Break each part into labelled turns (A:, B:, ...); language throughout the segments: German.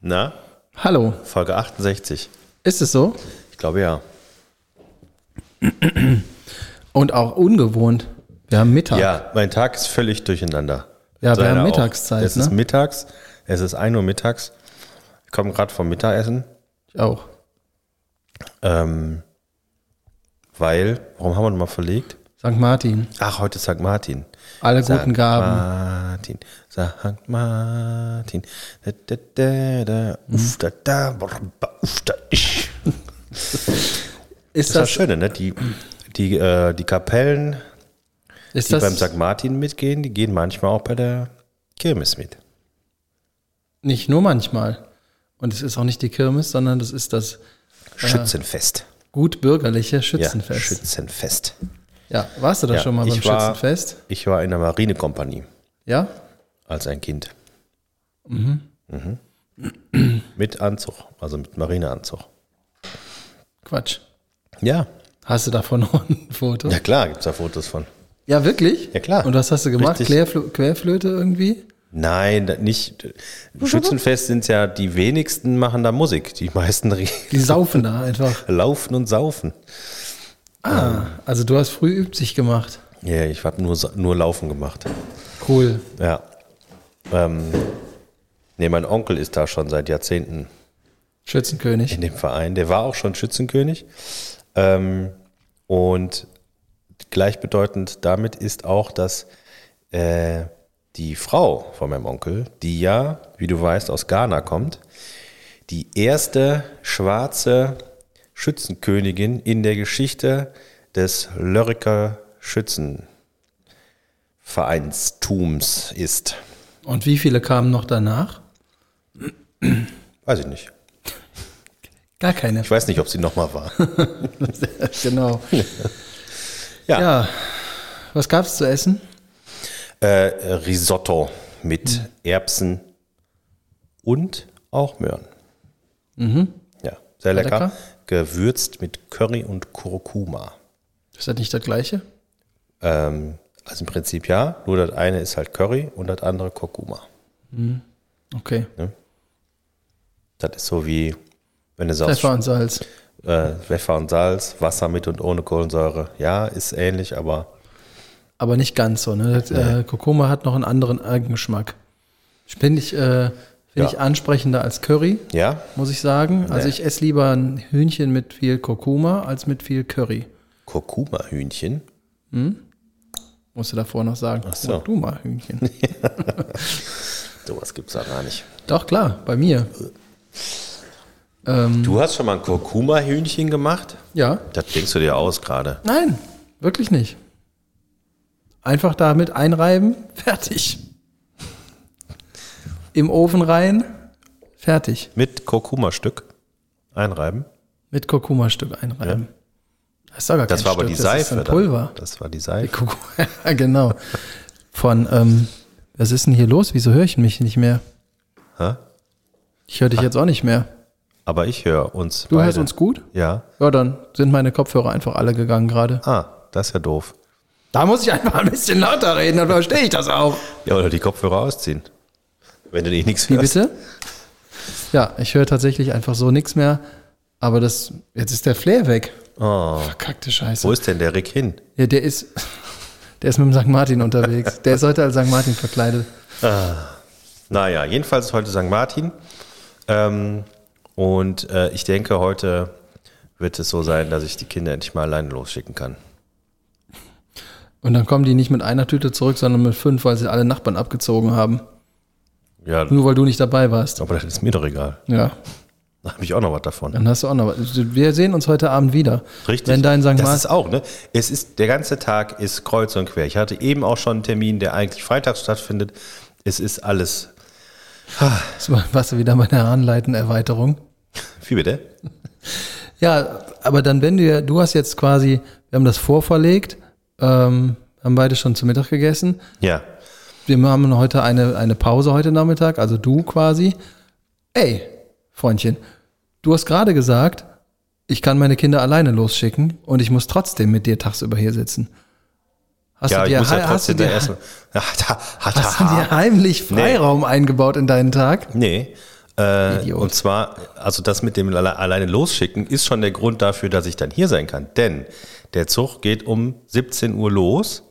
A: Na,
B: Hallo,
A: Folge 68.
B: ist es so?
A: Ich glaube ja.
B: Und auch ungewohnt. Wir haben Mittag.
A: Ja, mein Tag ist völlig durcheinander.
B: Ja, wir
A: Seiner
B: haben
A: auch.
B: Mittagszeit,
A: Es ist
B: ne?
A: mittags, es ist 1 Uhr mittags. Ich komme gerade vom Mittagessen,
B: Ich auch.
A: ähm, weil, warum haben wir nochmal verlegt?
B: St. Martin,
A: Ach, heute ist St. Martin.
B: alle
A: St.
B: guten Gaben.
A: Martin, St. Martin. Da, da, da, da. Uff, da, da, brr, ba, uff, da, ich.
B: Mhm. Ist
A: Das ist das
B: das,
A: Schöne, ne? Die, die, äh, die Kapellen,
B: ist
A: die beim
B: das
A: St. Martin mitgehen, die gehen manchmal auch bei der Kirmes mit.
B: nicht nur manchmal? Und es ist auch nicht die Kirmes, sondern das ist das
A: Schützenfest.
B: gut bürgerliche
A: Ja,
B: Schützenfest.
A: Schützenfest.
B: Ja, warst du da
A: Ja,
B: schon mal beim
A: ich war-
B: Schützenfest?
A: Ich war in der Marinekompanie
B: Ja?
A: als ein Kind. Mhm. mit Anzug, also mit Marineanzug.
B: Quatsch.
A: Ja,
B: Hast du davon noch ein Foto?
A: ja
B: Ja,
A: klar, gibt es da Fotos von.
B: wirklich?
A: Ja, klar.
B: Und was hast du gemacht?
A: Richtig.
B: Querflö Querflöte irgendwie?
A: Nein, da- nicht. Schützenfest sind ja die wenigsten machen da Musik. Die meisten re-
B: Die saufen da einfach.
A: laufen und saufen.
B: Ah, also du hast früh übt sich gemacht.
A: Ja, ich habe nur, sa- nur Laufen gemacht.
B: Cool.
A: Ja. Ähm, nee, mein Onkel ist da schon seit Jahrzehnten
B: Schützenkönig.
A: in dem Verein. Der war auch schon Schützenkönig. Ähm, und gleichbedeutend damit ist auch, dass äh, die Frau von meinem Onkel, die ja, wie du weißt, aus Ghana kommt, die erste schwarze Schützenkönigin in der Geschichte des Lörriker Schützenvereinstums ist.
B: Und wie viele kamen noch danach?
A: Weiß ich nicht.
B: Gar keine.
A: Ich weiß nicht, ob sie nochmal war.
B: genau.
A: Ja.
B: ja. Was gab's zu essen?
A: äh, Risotto mit
B: Mhm.
A: Erbsen und auch Möhren. Ja, sehr lecker.
B: Mhm. lecker.
A: Gewürzt mit Curry und Kurkuma.
B: Ist das nicht das gleiche?
A: Ähm, also im Prinzip ja, nur das eine ist halt Curry und das andere Kurkuma.
B: Okay.
A: Das ist so wie, wenn du sagst,
B: Pfeffer und Salz.
A: äh, Pfeffer und Salz, Wasser mit und ohne Kohlensäure. Ja, ist ähnlich, aber
B: Aber nicht ganz so. Ne? Das, äh, Kurkuma hat noch einen anderen Eigengeschmack. Finde ich, äh, find
A: Ja.
B: ich ansprechender als Curry,
A: ja,
B: muss ich sagen. Also
A: Nee.
B: ich esse lieber ein Hühnchen mit viel Kurkuma als mit viel Curry.
A: Kurkuma-Hühnchen.
B: Musst du davor noch sagen. Ach
A: so.
B: Du mal Hühnchen.
A: Sowas gibt es da gar nicht.
B: Doch, klar, bei mir. Ähm,
A: Du hast schon mal ein Kurkuma-Hühnchen gemacht?
B: ja.
A: Das denkst du dir aus gerade.
B: Nein, wirklich nicht. Einfach damit einreiben, fertig. Im Ofen rein, fertig.
A: Mit Kurkuma-Stück einreiben.
B: Mit Kurkuma-Stück einreiben. Das ist doch gar
A: Das
B: kein
A: war aber
B: Stück,
A: die
B: das
A: Seife.
B: ist ein
A: dann.
B: Pulver.
A: Das war die Seife.
B: Kurkuma, ja, genau. Von, ähm, was ist denn hier los? Wieso höre ich mich nicht mehr?
A: Hä?
B: Ich höre dich jetzt auch nicht mehr.
A: Aber ich höre uns.
B: Du
A: beide.
B: hörst uns gut?
A: Ja.
B: Ja, dann sind meine Kopfhörer einfach alle gegangen gerade.
A: Ah, das ist ja doof.
B: Da muss ich einfach ein bisschen lauter reden, dann verstehe ich das auch.
A: Ja, oder die Kopfhörer ausziehen. Wenn du eh nichts
B: Wie
A: hörst.
B: bitte? Ja, ich höre tatsächlich einfach so nichts mehr. Aber das, jetzt ist der Flair weg.
A: Oh.
B: Verkackte
A: Wo
B: Scheiße.
A: ist denn der Rick hin?
B: Ja, der ist, der ist mit dem St. Martin unterwegs. Der ist heute als St. Martin verkleidet.
A: Naja, jedenfalls ist heute St. Martin. Ähm, und äh, ich denke, heute wird es so sein, dass ich die Kinder endlich mal alleine losschicken kann.
B: Und dann kommen die nicht mit einer Tüte zurück, sondern mit fünf, weil sie alle Nachbarn abgezogen haben.
A: Ja,
B: Nur weil du nicht dabei warst.
A: aber das ist mir doch egal.
B: Ja,
A: Da habe ich auch noch was davon.
B: dann hast du auch noch was. Wir sehen uns heute Abend wieder.
A: Richtig.
B: Wenn dein St.
A: Das
B: Martin.
A: ist auch, ne? Es ist, der ganze Tag ist kreuz und quer. Ich hatte eben auch schon einen Termin, der eigentlich freitags stattfindet. Es ist alles.
B: Warst du wieder bei der Anleitenerweiterung?
A: Wie bitte?
B: Ja, aber dann, wenn du, du hast jetzt quasi, wir haben das vorverlegt, ähm, haben beide schon zu Mittag gegessen.
A: Ja.
B: Wir haben heute eine, eine Pause heute Nachmittag, also du quasi. Ey, Freundchen, du hast gerade gesagt, ich kann meine Kinder alleine losschicken und ich muss trotzdem mit dir tagsüber hier sitzen. Hast
A: ja,
B: du
A: ich
B: dir,
A: muss ja
B: hei- hast du
A: trotzdem da
B: dir,
A: essen. Ach, da, ha, da,
B: hast du
A: ha.
B: dir heimlich
A: Nee.
B: Freiraum eingebaut in deinen Tag?
A: Nee, Äh,
B: Idiot.
A: und zwar, also das mit dem alle- alleine losschicken ist schon der Grund dafür, dass ich dann hier sein kann. Denn der Zug geht um 17 Uhr los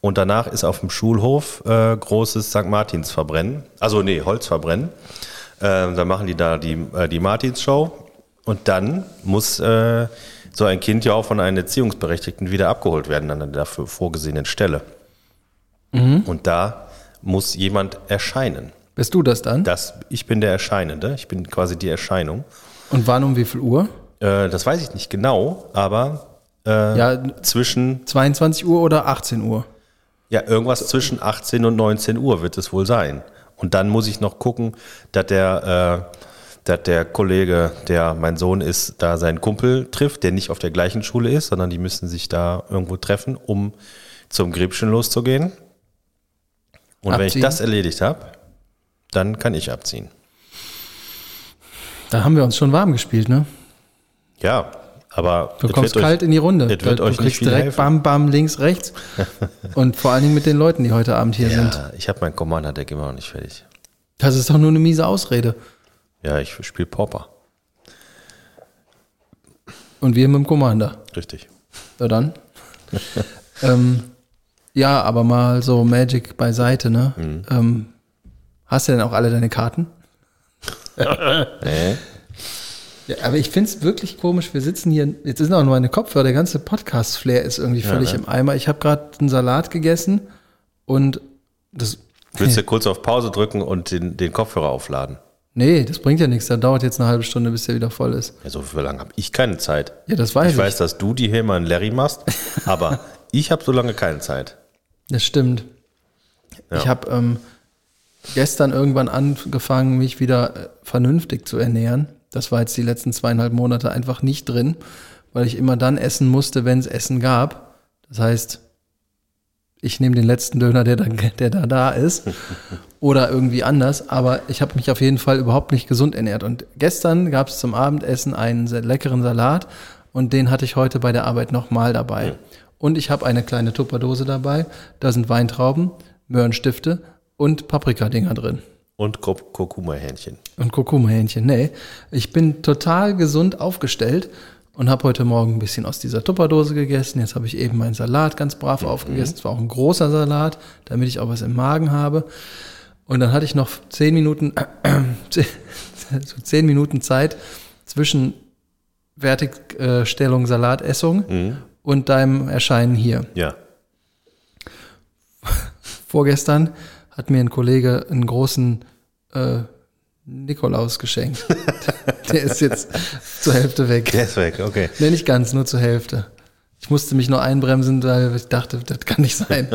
A: und danach ist auf dem Schulhof äh, großes St. Martins verbrennen. Also nee, Holz verbrennen. Ähm, dann machen die da die, äh, die Martins-Show. Und dann muss äh, so ein Kind ja auch von einem Erziehungsberechtigten wieder abgeholt werden an der dafür vorgesehenen Stelle.
B: Mhm.
A: Und da muss jemand erscheinen.
B: Bist du das dann?
A: Das, ich bin der Erscheinende, ich bin quasi die Erscheinung.
B: Und wann um wie viel Uhr?
A: Äh, das weiß ich nicht genau, aber äh,
B: Ja,
A: zwischen,
B: 22 Uhr oder 18 Uhr?
A: ja, irgendwas zwischen 18 und 19 Uhr wird es wohl sein. Und dann muss ich noch gucken, dass der, äh, dass der Kollege, der mein Sohn ist, da seinen Kumpel trifft, der nicht auf der gleichen Schule ist, sondern die müssen sich da irgendwo treffen, um zum Griebschen loszugehen. Und wenn ich
B: Abziehen.
A: das erledigt habe, dann kann ich abziehen.
B: Da haben wir uns schon warm gespielt, ne?
A: Ja, aber
B: Du
A: es
B: kommst
A: wird euch-
B: kalt in die Runde.
A: es wird
B: du
A: euch
B: kriegst
A: nicht viel
B: direkt
A: helfen.
B: bam, bam, links, rechts. Und vor allen Dingen mit den Leuten, die heute Abend hier sind.
A: Ja, ich habe mein Commander-Deck immer noch nicht fertig.
B: Das ist doch nur eine miese Ausrede.
A: Ja, ich spiele Pauper.
B: Und wir mit dem Commander.
A: Richtig.
B: Na dann. ähm, ja, aber mal so Magic beiseite, ne?
A: Mhm.
B: Ähm, hast du denn auch alle deine Karten?
A: Äh?
B: Ja, aber ich finde es wirklich komisch. Wir sitzen hier, jetzt sind auch nur meine Kopfhörer, der ganze Podcast-Flair ist irgendwie völlig
A: ne?
B: im Eimer. Ich habe gerade einen Salat gegessen und das.
A: Willst du kurz auf Pause drücken und den, den Kopfhörer aufladen?
B: Nee, das bringt ja nichts. Da dauert jetzt eine halbe Stunde, bis der wieder voll ist.
A: Ja, so viel lange habe ich keine Zeit.
B: Ja, das weiß
A: ich
B: ich.
A: weiß, dass du die hier immer in Larry machst, aber ich habe so lange keine Zeit.
B: Das stimmt.
A: Ja.
B: Ich habe ähm, gestern irgendwann angefangen, mich wieder äh, vernünftig zu ernähren. Das war jetzt die letzten zweieinhalb Monate einfach nicht drin, weil ich immer dann essen musste, wenn es Essen gab. Das heißt, ich nehme den letzten Döner, der da, der da, da ist. Oder irgendwie anders. Aber ich habe mich auf jeden Fall überhaupt nicht gesund ernährt. Und gestern gab es zum Abendessen einen sehr leckeren Salat. Und den hatte ich heute bei der Arbeit nochmal dabei. Und ich habe eine kleine Tupperdose dabei. Da sind Weintrauben, Möhrenstifte und Paprikadinger drin.
A: Und Kur- Kurkuma-Hähnchen.
B: Und Kurkuma-Hähnchen. Nee, ich bin total gesund aufgestellt und habe heute Morgen ein bisschen aus dieser Tupperdose gegessen. Jetzt habe ich eben meinen Salat ganz brav aufgegessen. Es war auch ein großer Salat, damit ich auch was im Magen habe. Und dann hatte ich noch zehn Minuten, zehn- so zehn Minuten Zeit zwischen Fertigstellung Salatessung und deinem Erscheinen hier.
A: Ja.
B: Vorgestern hat mir ein Kollege einen großen äh, Nikolaus geschenkt. Der ist jetzt zur Hälfte weg.
A: Der ist weg, okay.
B: Nee, nicht ganz, nur zur Hälfte. Ich musste mich nur einbremsen, weil ich dachte, das kann nicht sein.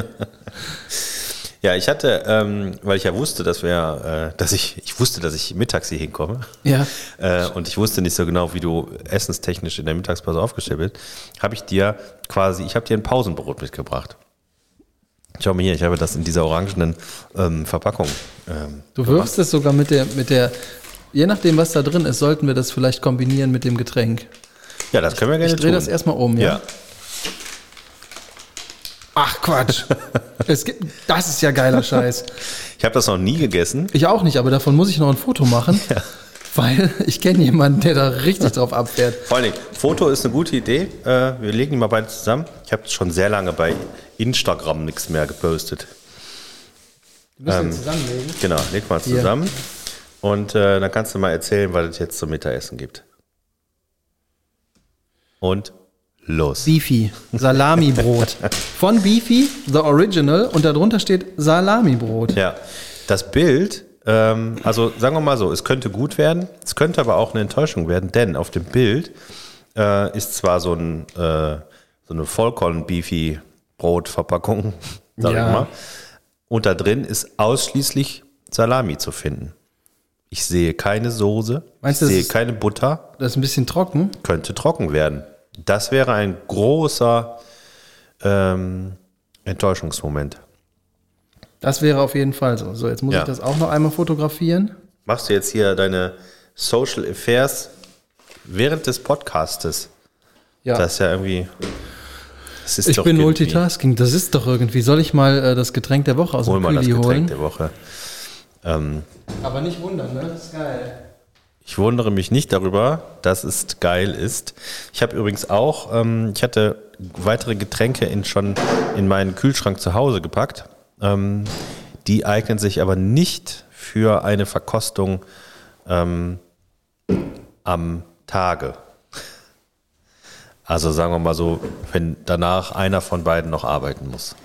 A: Ja, ich hatte, ähm, weil ich ja wusste, dass wir, äh, dass ich, ich wusste, dass ich mittags hier hinkomme.
B: Ja.
A: Äh, und ich wusste nicht so genau, wie du essenstechnisch in der Mittagspause aufgestellt bist, habe ich dir quasi, ich habe dir ein Pausenbrot mitgebracht. Schau mal hier, ich habe das in dieser orangenen ähm, Verpackung. Ähm,
B: Du wirfst es sogar mit der, mit der, je nachdem, was da drin ist, sollten wir das vielleicht kombinieren mit dem Getränk.
A: ja, das können wir gerne
B: Ich drehe
A: tun.
B: das erstmal um, ja?
A: ja.
B: Ach Quatsch. es gibt, das ist ja geiler Scheiß.
A: Ich habe das noch nie gegessen.
B: Ich auch nicht, aber davon muss ich noch ein Foto machen, weil ich kenne jemanden, der da richtig drauf abfährt.
A: Vor allen Dingen, Foto ist eine gute Idee. Äh, wir legen die mal beide zusammen. Ich habe schon sehr lange bei Instagram nichts mehr gepostet.
B: Wir müssen ihn zusammenlegen.
A: Genau, leg mal
B: Hier.
A: zusammen. Und äh, dann kannst du mal erzählen, was es jetzt zum Mittagessen gibt. Und los.
B: Beefy, Salamibrot. Von Beefy, The Original, und darunter steht Salamibrot.
A: Ja, das Bild, ähm, also sagen wir mal so, es könnte gut werden, es könnte aber auch eine Enttäuschung werden, denn auf dem Bild äh, ist zwar so, ein, äh, so eine Vollkorn-Beefy-Brotverpackung, sag
B: Ja.
A: ich mal, und da drin ist ausschließlich Salami zu finden. Ich sehe keine Soße,
B: Meinst du,
A: ich
B: das
A: sehe
B: ist-
A: keine Butter,
B: Das ist ein bisschen trocken.
A: könnte trocken werden. Das wäre ein großer ähm, Enttäuschungsmoment.
B: Das wäre auf jeden Fall so. So, jetzt muss
A: Ja.
B: ich das auch noch einmal fotografieren.
A: Machst du jetzt hier deine Social Affairs während des Podcastes?
B: Ja,
A: Das ist ja irgendwie. Das ist
B: ich
A: doch
B: bin
A: irgendwie-
B: Multitasking. Das ist doch irgendwie. Soll ich mal äh, das Getränk der Woche aus
A: Hol
B: dem
A: mal das
B: Kühli
A: Getränk
B: holen?
A: der Woche. Ähm,
B: Aber nicht wundern, ne? Das ist geil.
A: Ich wundere mich nicht darüber, dass es geil ist. Ich habe übrigens auch, ähm, ich hatte weitere Getränke in, schon in meinen Kühlschrank zu Hause gepackt. Ähm, die eignen sich aber nicht für eine Verkostung ähm, am Tage. Also sagen wir mal so, wenn danach einer von beiden noch arbeiten muss.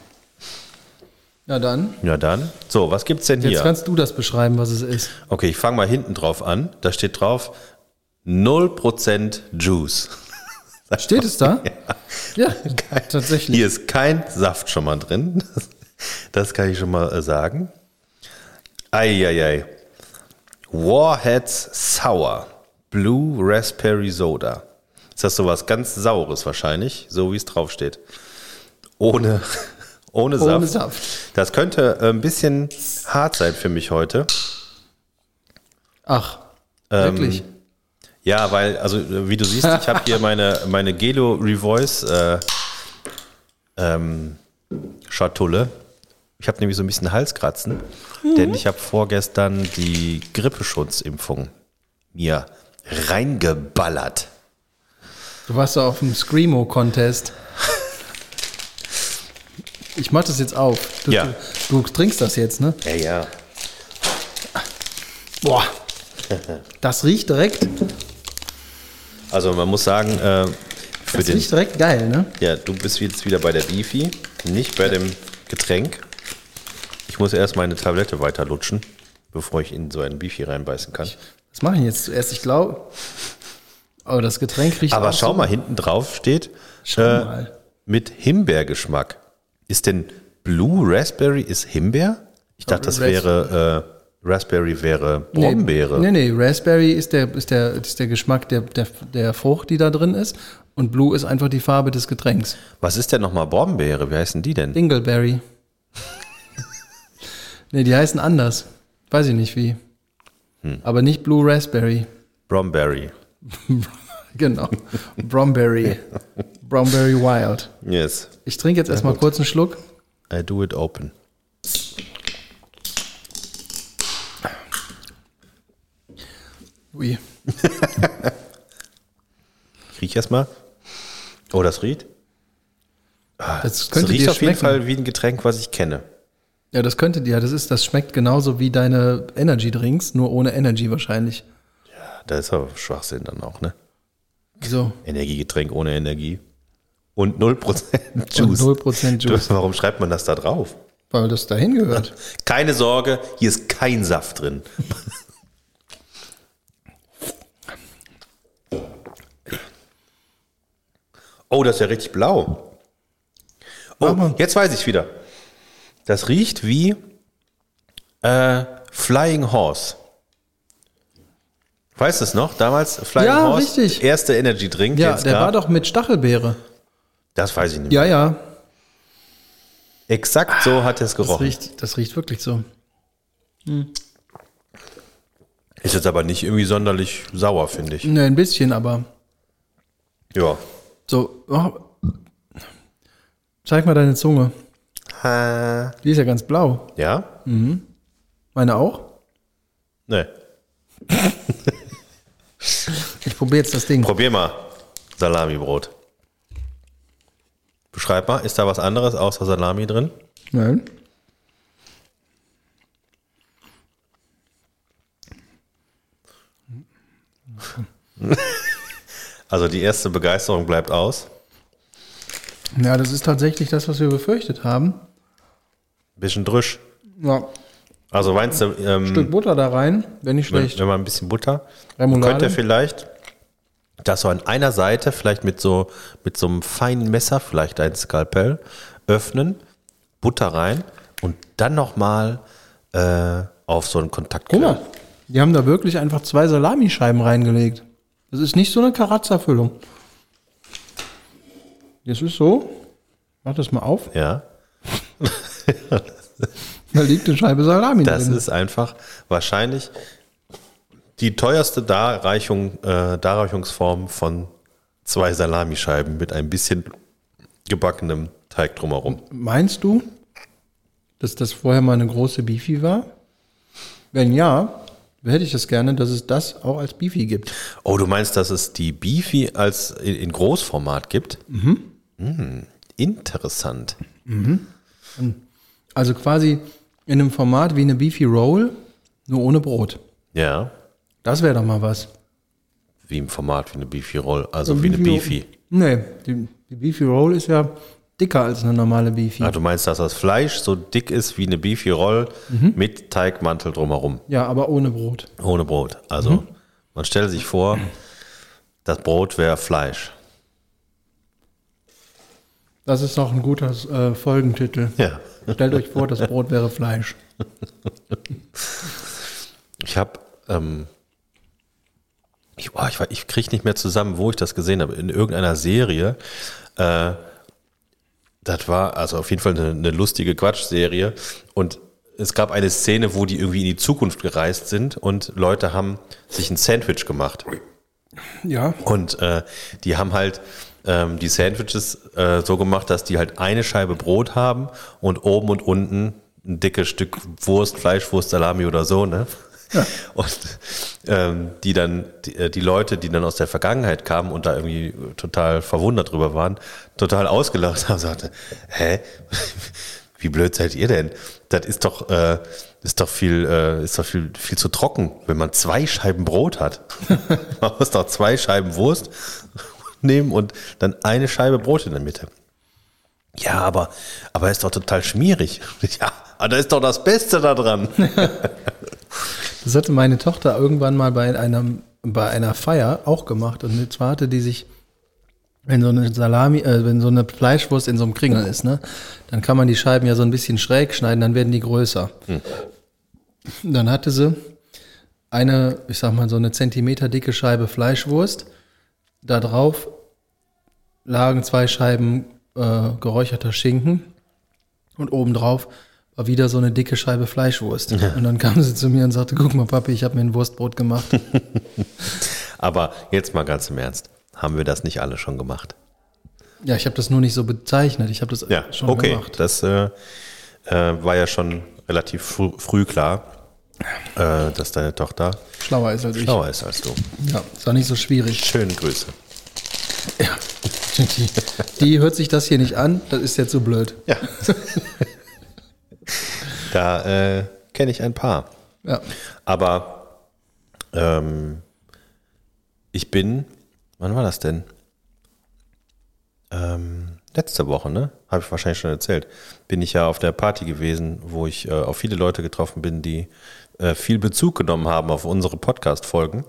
B: Na dann,
A: Ja dann. So, was gibt's denn
B: jetzt
A: hier?
B: kannst du das beschreiben, was es ist.
A: Okay, ich fange mal hinten drauf an. Da steht drauf 0% Juice.
B: Steht es da? Ja, tatsächlich.
A: Hier ist kein Saft schon mal drin. Das, das kann ich schon mal äh, sagen. Eieiei. Warheads Sour. Blue Raspberry Soda. Ist das sowas ganz Saures wahrscheinlich, so wie es draufsteht. Ohne, ohne Saft.
B: Ohne Saft.
A: Das könnte äh, ein bisschen hart sein für mich heute.
B: Ach,
A: Ähm,
B: wirklich.
A: Ja, weil, also äh, wie du siehst, ich habe hier meine, meine Gelo Revoice äh, ähm, Schatulle. Ich habe nämlich so ein bisschen Halskratzen, denn ich habe vorgestern die Grippeschutzimpfung mir reingeballert.
B: Du warst doch auf dem Screamo-Contest. Ich mach das jetzt auf. Du,
A: Ja.
B: du, du trinkst das jetzt, ne?
A: Ja, ja.
B: Boah. Das riecht direkt,
A: Also man muss sagen, äh, für
B: das
A: den,
B: riecht direkt geil, ne?
A: ja, du bist jetzt wieder bei der Beefy, nicht bei dem Getränk. Ich muss erst meine Tablette weiterlutschen, bevor ich in so einen Beefy reinbeißen kann.
B: Was mache ich denn jetzt zuerst? Ich glaube. Oh, das Getränk riecht.
A: Aber
B: auch
A: schau
B: so.
A: mal, hinten drauf steht
B: Schau
A: äh,
B: mal.
A: mit Himbeergeschmack. Ist denn Blue Raspberry ist Himbeer? Ich dachte, das
B: Raspberry.
A: wäre äh, Raspberry wäre Brombeere.
B: Nee, nee, nee, Raspberry ist der, ist der, ist der Geschmack der, der, der Frucht, die da drin ist. Und Blue ist einfach die Farbe des Getränks.
A: Was ist denn nochmal Brombeere? Wie heißen die denn?
B: Dingleberry. nee, die heißen anders. Weiß ich nicht wie.
A: Hm.
B: Aber nicht Blue Raspberry.
A: Bromberry.
B: Genau. Bromberry. Bromberry Wild.
A: Yes,
B: Ich trinke jetzt erstmal kurz einen Schluck.
A: I do it open.
B: Ui.
A: Ich riech erstmal. Oh, das riecht.
B: Das
A: Ah, Das
B: könnte
A: riecht
B: dir
A: auf
B: schmecken.
A: jeden Fall wie ein Getränk, was ich kenne.
B: Ja, das könnte dir. Das ist, das schmeckt genauso wie deine Energy Drinks, nur ohne Energy wahrscheinlich.
A: Da ist aber Schwachsinn dann auch, ne?
B: So.
A: Energiegetränk ohne Energie. Und 0%
B: Und
A: Juice.
B: 0% Juice.
A: Warum schreibt man das da drauf?
B: Weil das dahin gehört.
A: Keine Sorge, hier ist kein Saft drin. Oh, das ist ja richtig blau. Oh, jetzt weiß ich wieder. Das riecht wie äh, Flying Horse. Weißt du es noch? Damals Flying
B: Ja,
A: Horse,
B: richtig.
A: erste Energy Drink.
B: Ja,
A: den's
B: der
A: gab.
B: war doch mit Stachelbeere.
A: Das weiß ich nicht.
B: Ja, ja.
A: Exakt so hat es
B: Das
A: gerochen.
B: riecht, das riecht wirklich so.
A: Ist jetzt aber nicht irgendwie sonderlich sauer, finde ich.
B: Ne, ein bisschen, aber
A: Ja.
B: so. Oh. Zeig mal deine Zunge. Die ist ja ganz blau.
A: Ja?
B: Meine auch?
A: Nee.
B: Ich probiere jetzt das Ding.
A: Probier mal Salamibrot. Beschreib mal, ist da was anderes außer Salami drin?
B: Nein.
A: Also die erste Begeisterung bleibt aus.
B: Ja, das ist tatsächlich das, was wir befürchtet haben.
A: Bisschen drüsch.
B: Ja,
A: Also meinst du,
B: Stück
A: ähm,
B: Butter da rein, wenn nicht
A: wenn,
B: schlecht.
A: wenn man ein bisschen Butter,
B: Remoulade.
A: könnte vielleicht das so an einer Seite vielleicht mit so, mit so einem feinen Messer, vielleicht ein Skalpell, öffnen, Butter rein und dann nochmal äh, auf so einen Kontaktgrill.
B: Guck mal, die haben da wirklich einfach zwei Salamischeiben reingelegt. Das ist nicht so eine Karazzerfüllung. Das ist so. Mach das mal auf.
A: Ja.
B: Da liegt eine Scheibe Salami
A: Das
B: drin.
A: ist einfach wahrscheinlich die teuerste Darreichung, äh, Darreichungsform von zwei Salamischeiben mit ein bisschen gebackenem Teig drumherum.
B: Meinst du, dass das vorher mal eine große Beefy war? Wenn ja, hätte ich das gerne, dass es das auch als Beefy gibt.
A: Oh, du meinst, dass es die Beefy als in in Großformat gibt? Mhm. interessant.
B: Also quasi in einem Format wie eine Beefy Roll, nur ohne Brot.
A: Ja,
B: Das wäre doch mal was.
A: wie im Format wie eine Beefy Roll, also wie eine Beefy.
B: Nee, die, die Beefy Roll ist ja dicker als eine normale Beefy.
A: Ah, du meinst, dass das Fleisch so dick ist wie eine Beefy Roll mit Teigmantel drumherum,
B: Ja, aber ohne Brot.
A: ohne Brot. Also man stelle sich vor, das Brot wäre Fleisch.
B: Das ist noch ein guter äh, Folgentitel.
A: Ja.
B: Stellt euch vor, das Brot wäre Fleisch.
A: Ich habe, ähm, ich, oh, ich, weiß- ich kriege nicht mehr zusammen, wo ich das gesehen habe. In irgendeiner Serie. Äh, das war also auf jeden Fall eine, eine lustige Quatschserie. Und es gab eine Szene, wo die irgendwie in die Zukunft gereist sind und Leute haben sich ein Sandwich gemacht.
B: Ja.
A: Und äh, die haben halt ähm, die Sandwiches äh, so gemacht, dass die halt eine Scheibe Brot haben und oben und unten ein dickes Stück Wurst, Fleischwurst, Salami oder so, ne? Und ähm, die dann, die, äh, die Leute, die dann aus der Vergangenheit kamen und da irgendwie total verwundert drüber waren, total ausgelacht haben, sagte, hä? Wie blöd seid ihr denn? Das ist doch, äh, ist doch viel, äh, ist doch viel, viel zu trocken, wenn man zwei Scheiben Brot hat. man muss doch zwei Scheiben Wurst nehmen und dann eine Scheibe Brot in der Mitte. Ja, aber, aber ist doch total schmierig. Ja, aber da ist doch das Beste da dran.
B: Das hatte meine Tochter irgendwann mal bei einer, bei einer Feier auch gemacht. Und zwar hatte die sich, wenn so eine Salami, äh, wenn so eine Fleischwurst in so einem Kringel ist, ne, dann kann man die Scheiben ja so ein bisschen schräg schneiden, dann werden die größer. Dann hatte sie eine, ich sag mal, so eine Zentimeter dicke Scheibe Fleischwurst. Da drauf lagen zwei Scheiben äh, geräucherter Schinken und obendrauf war wieder so eine dicke Scheibe Fleischwurst. Und dann kam sie zu mir und sagte, guck mal, Papi, ich habe mir ein Wurstbrot gemacht.
A: Aber jetzt mal ganz im Ernst. Haben wir das nicht alle schon gemacht?
B: ja, ich habe das nur nicht so bezeichnet. Ich habe das
A: Ja,
B: schon
A: okay.
B: gemacht.
A: Das äh, äh, war ja schon relativ früh, früh klar, äh, dass deine Tochter
B: Schlauer ist als
A: schlauer ist als du.
B: ich. Ja, ist auch nicht so schwierig.
A: Schöne Grüße.
B: Ja. Die, die hört sich das hier nicht an, das ist jetzt so blöd.
A: Ja. da äh, kenne ich ein paar.
B: Ja.
A: Aber ähm, ich bin, wann war das denn? Ähm, letzte Woche, ne? Habe ich wahrscheinlich schon erzählt. Bin ich ja auf der Party gewesen, wo ich äh, auf viele Leute getroffen bin, die äh, viel Bezug genommen haben auf unsere Podcast-Folgen,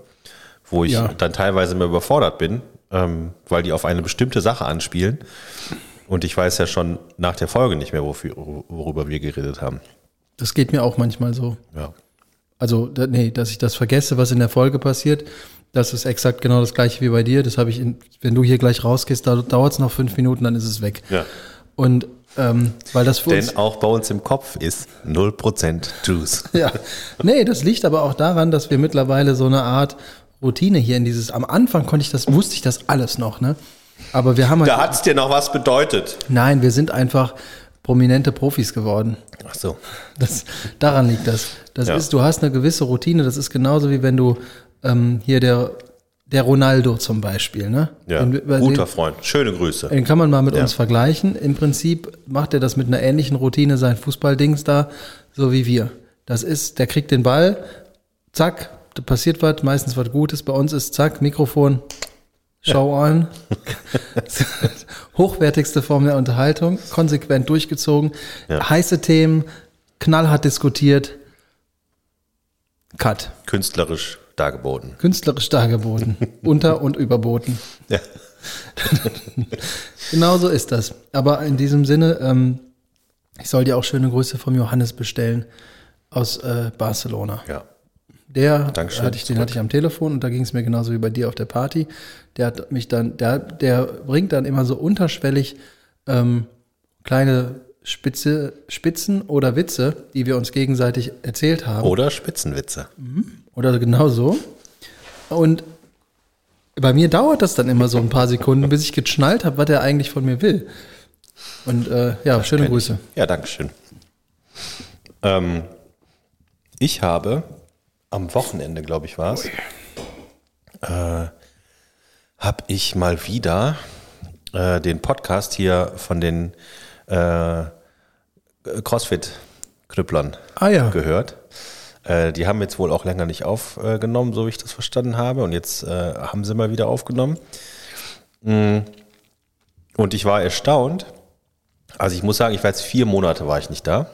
A: wo ich
B: Ja.
A: dann teilweise mehr überfordert bin, ähm, weil die auf eine bestimmte Sache anspielen. Und ich weiß ja schon nach der Folge nicht mehr, wofür, worüber wir geredet haben.
B: Das geht mir auch manchmal so.
A: Ja.
B: Also, da- nee, dass ich das vergesse, was in der Folge passiert, das ist exakt genau das gleiche wie bei dir. Das habe ich, in, wenn du hier gleich rausgehst, da dauert es noch fünf Minuten, dann ist es weg.
A: Ja.
B: Und ähm, weil das für uns
A: Denn auch bei uns im Kopf ist 0% Juice.
B: Ja, nee, das liegt aber auch daran, dass wir mittlerweile so eine Art Routine hier in dieses. Am Anfang konnte ich das, wusste ich das alles noch, ne? Aber wir haben halt,
A: Da hat es dir noch was bedeutet.
B: nein, wir sind einfach prominente Profis geworden.
A: Ach so.
B: Das, daran liegt das. Das
A: Ja.
B: ist, du hast eine gewisse Routine. Das ist genauso wie wenn du ähm, hier der der Ronaldo zum Beispiel, ne?
A: Ja,
B: Wenn wir- bei
A: guter
B: den, Äh.
A: Freund. Schöne Grüße.
B: den kann man mal mit uns vergleichen. Im Prinzip macht er das mit einer ähnlichen Routine, sein Fußballdings da, so wie wir. Das ist, der kriegt den Ball, zack, da passiert was, meistens was Gutes. Bei uns ist zack, Mikrofon, schau an. Hochwertigste Form der Unterhaltung, konsequent durchgezogen, heiße Themen, knallhart diskutiert, Cut.
A: Künstlerisch dargeboten.
B: Künstlerisch dargeboten, unter- und überboten.
A: Ja.
B: Genau so ist das. Aber in diesem Sinne, ähm, ich soll dir auch schöne Grüße vom Johannes bestellen aus äh, Barcelona.
A: ja.
B: Der äh,
A: Dankeschön,
B: hatte ich, den hatte ich am Telefon und da ging es mir genauso wie bei dir auf der Party. Der hat mich dann, der, der bringt dann immer so unterschwellig ähm, kleine Spitze, Spitzen oder Witze, die wir uns gegenseitig erzählt haben.
A: Oder Spitzenwitze.
B: Oder genau so. Und bei mir dauert das dann immer so ein paar Sekunden, bis ich geschnallt habe, was er eigentlich von mir will. Und äh, ja, schöne
A: Kenn ich.
B: Grüße.
A: Ja, danke schön. Ähm, ich habe am Wochenende, glaube ich, war es, Oh äh, habe ich mal wieder äh, den Podcast hier von den äh, CrossFit-Krüpplern
B: Ah ja.
A: gehört. Äh, die haben jetzt wohl auch länger nicht aufgenommen, so wie ich das verstanden habe. Und jetzt äh, haben sie mal wieder aufgenommen. Mm. Und ich war erstaunt. Also ich muss sagen, ich war jetzt vier Monate war ich nicht da.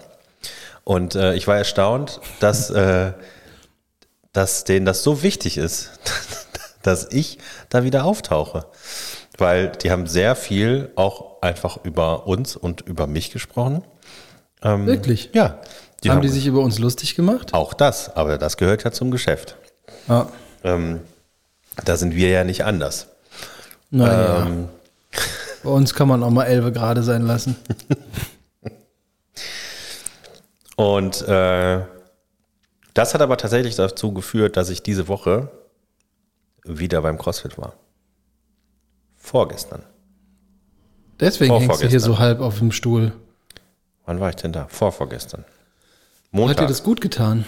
A: Und äh, ich war erstaunt, dass, äh, dass denen das so wichtig ist, dass ich da wieder auftauche. Weil die haben sehr viel auch einfach über uns und über mich gesprochen. Ähm,
B: Wirklich?
A: Ja.
B: haben die sich über uns lustig gemacht?
A: Auch das, aber das gehört ja zum Geschäft.
B: Ah,
A: Ähm, da sind wir ja nicht anders.
B: naja.
A: Ähm.
B: Bei uns kann man auch mal Elbe gerade sein lassen.
A: Und äh, das hat aber tatsächlich dazu geführt, dass ich diese Woche wieder beim CrossFit war. Vorgestern.
B: Deswegen
A: Auch
B: hängst du hier so halb auf dem Stuhl.
A: Wann war ich denn da? Vorvorgestern.
B: Hat dir
A: Montag.
B: das gut getan?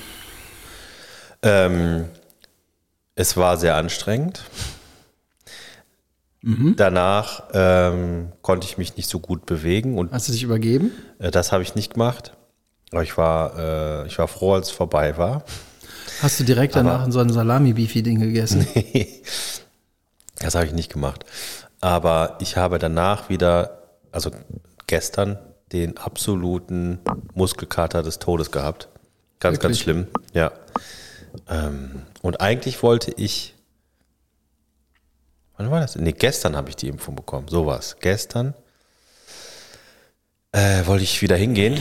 A: Ähm, es war sehr anstrengend.
B: Mhm.
A: Danach ähm, konnte ich mich nicht so gut bewegen und
B: Hast du dich übergeben?
A: Äh, Das habe ich nicht gemacht. Aber ich war, äh, ich war froh, als es vorbei war.
B: Hast du direkt danach so ein Salami-Beefy-Ding gegessen?
A: Das habe ich nicht gemacht. Aber ich habe danach wieder, also gestern, den absoluten Muskelkater des Todes gehabt. Ganz, ganz
B: Wirklich?
A: schlimm. Ja. Ähm, und eigentlich wollte ich. Wann war das? Nee, gestern habe ich die Impfung bekommen. So war es. Gestern äh, wollte ich wieder hingehen.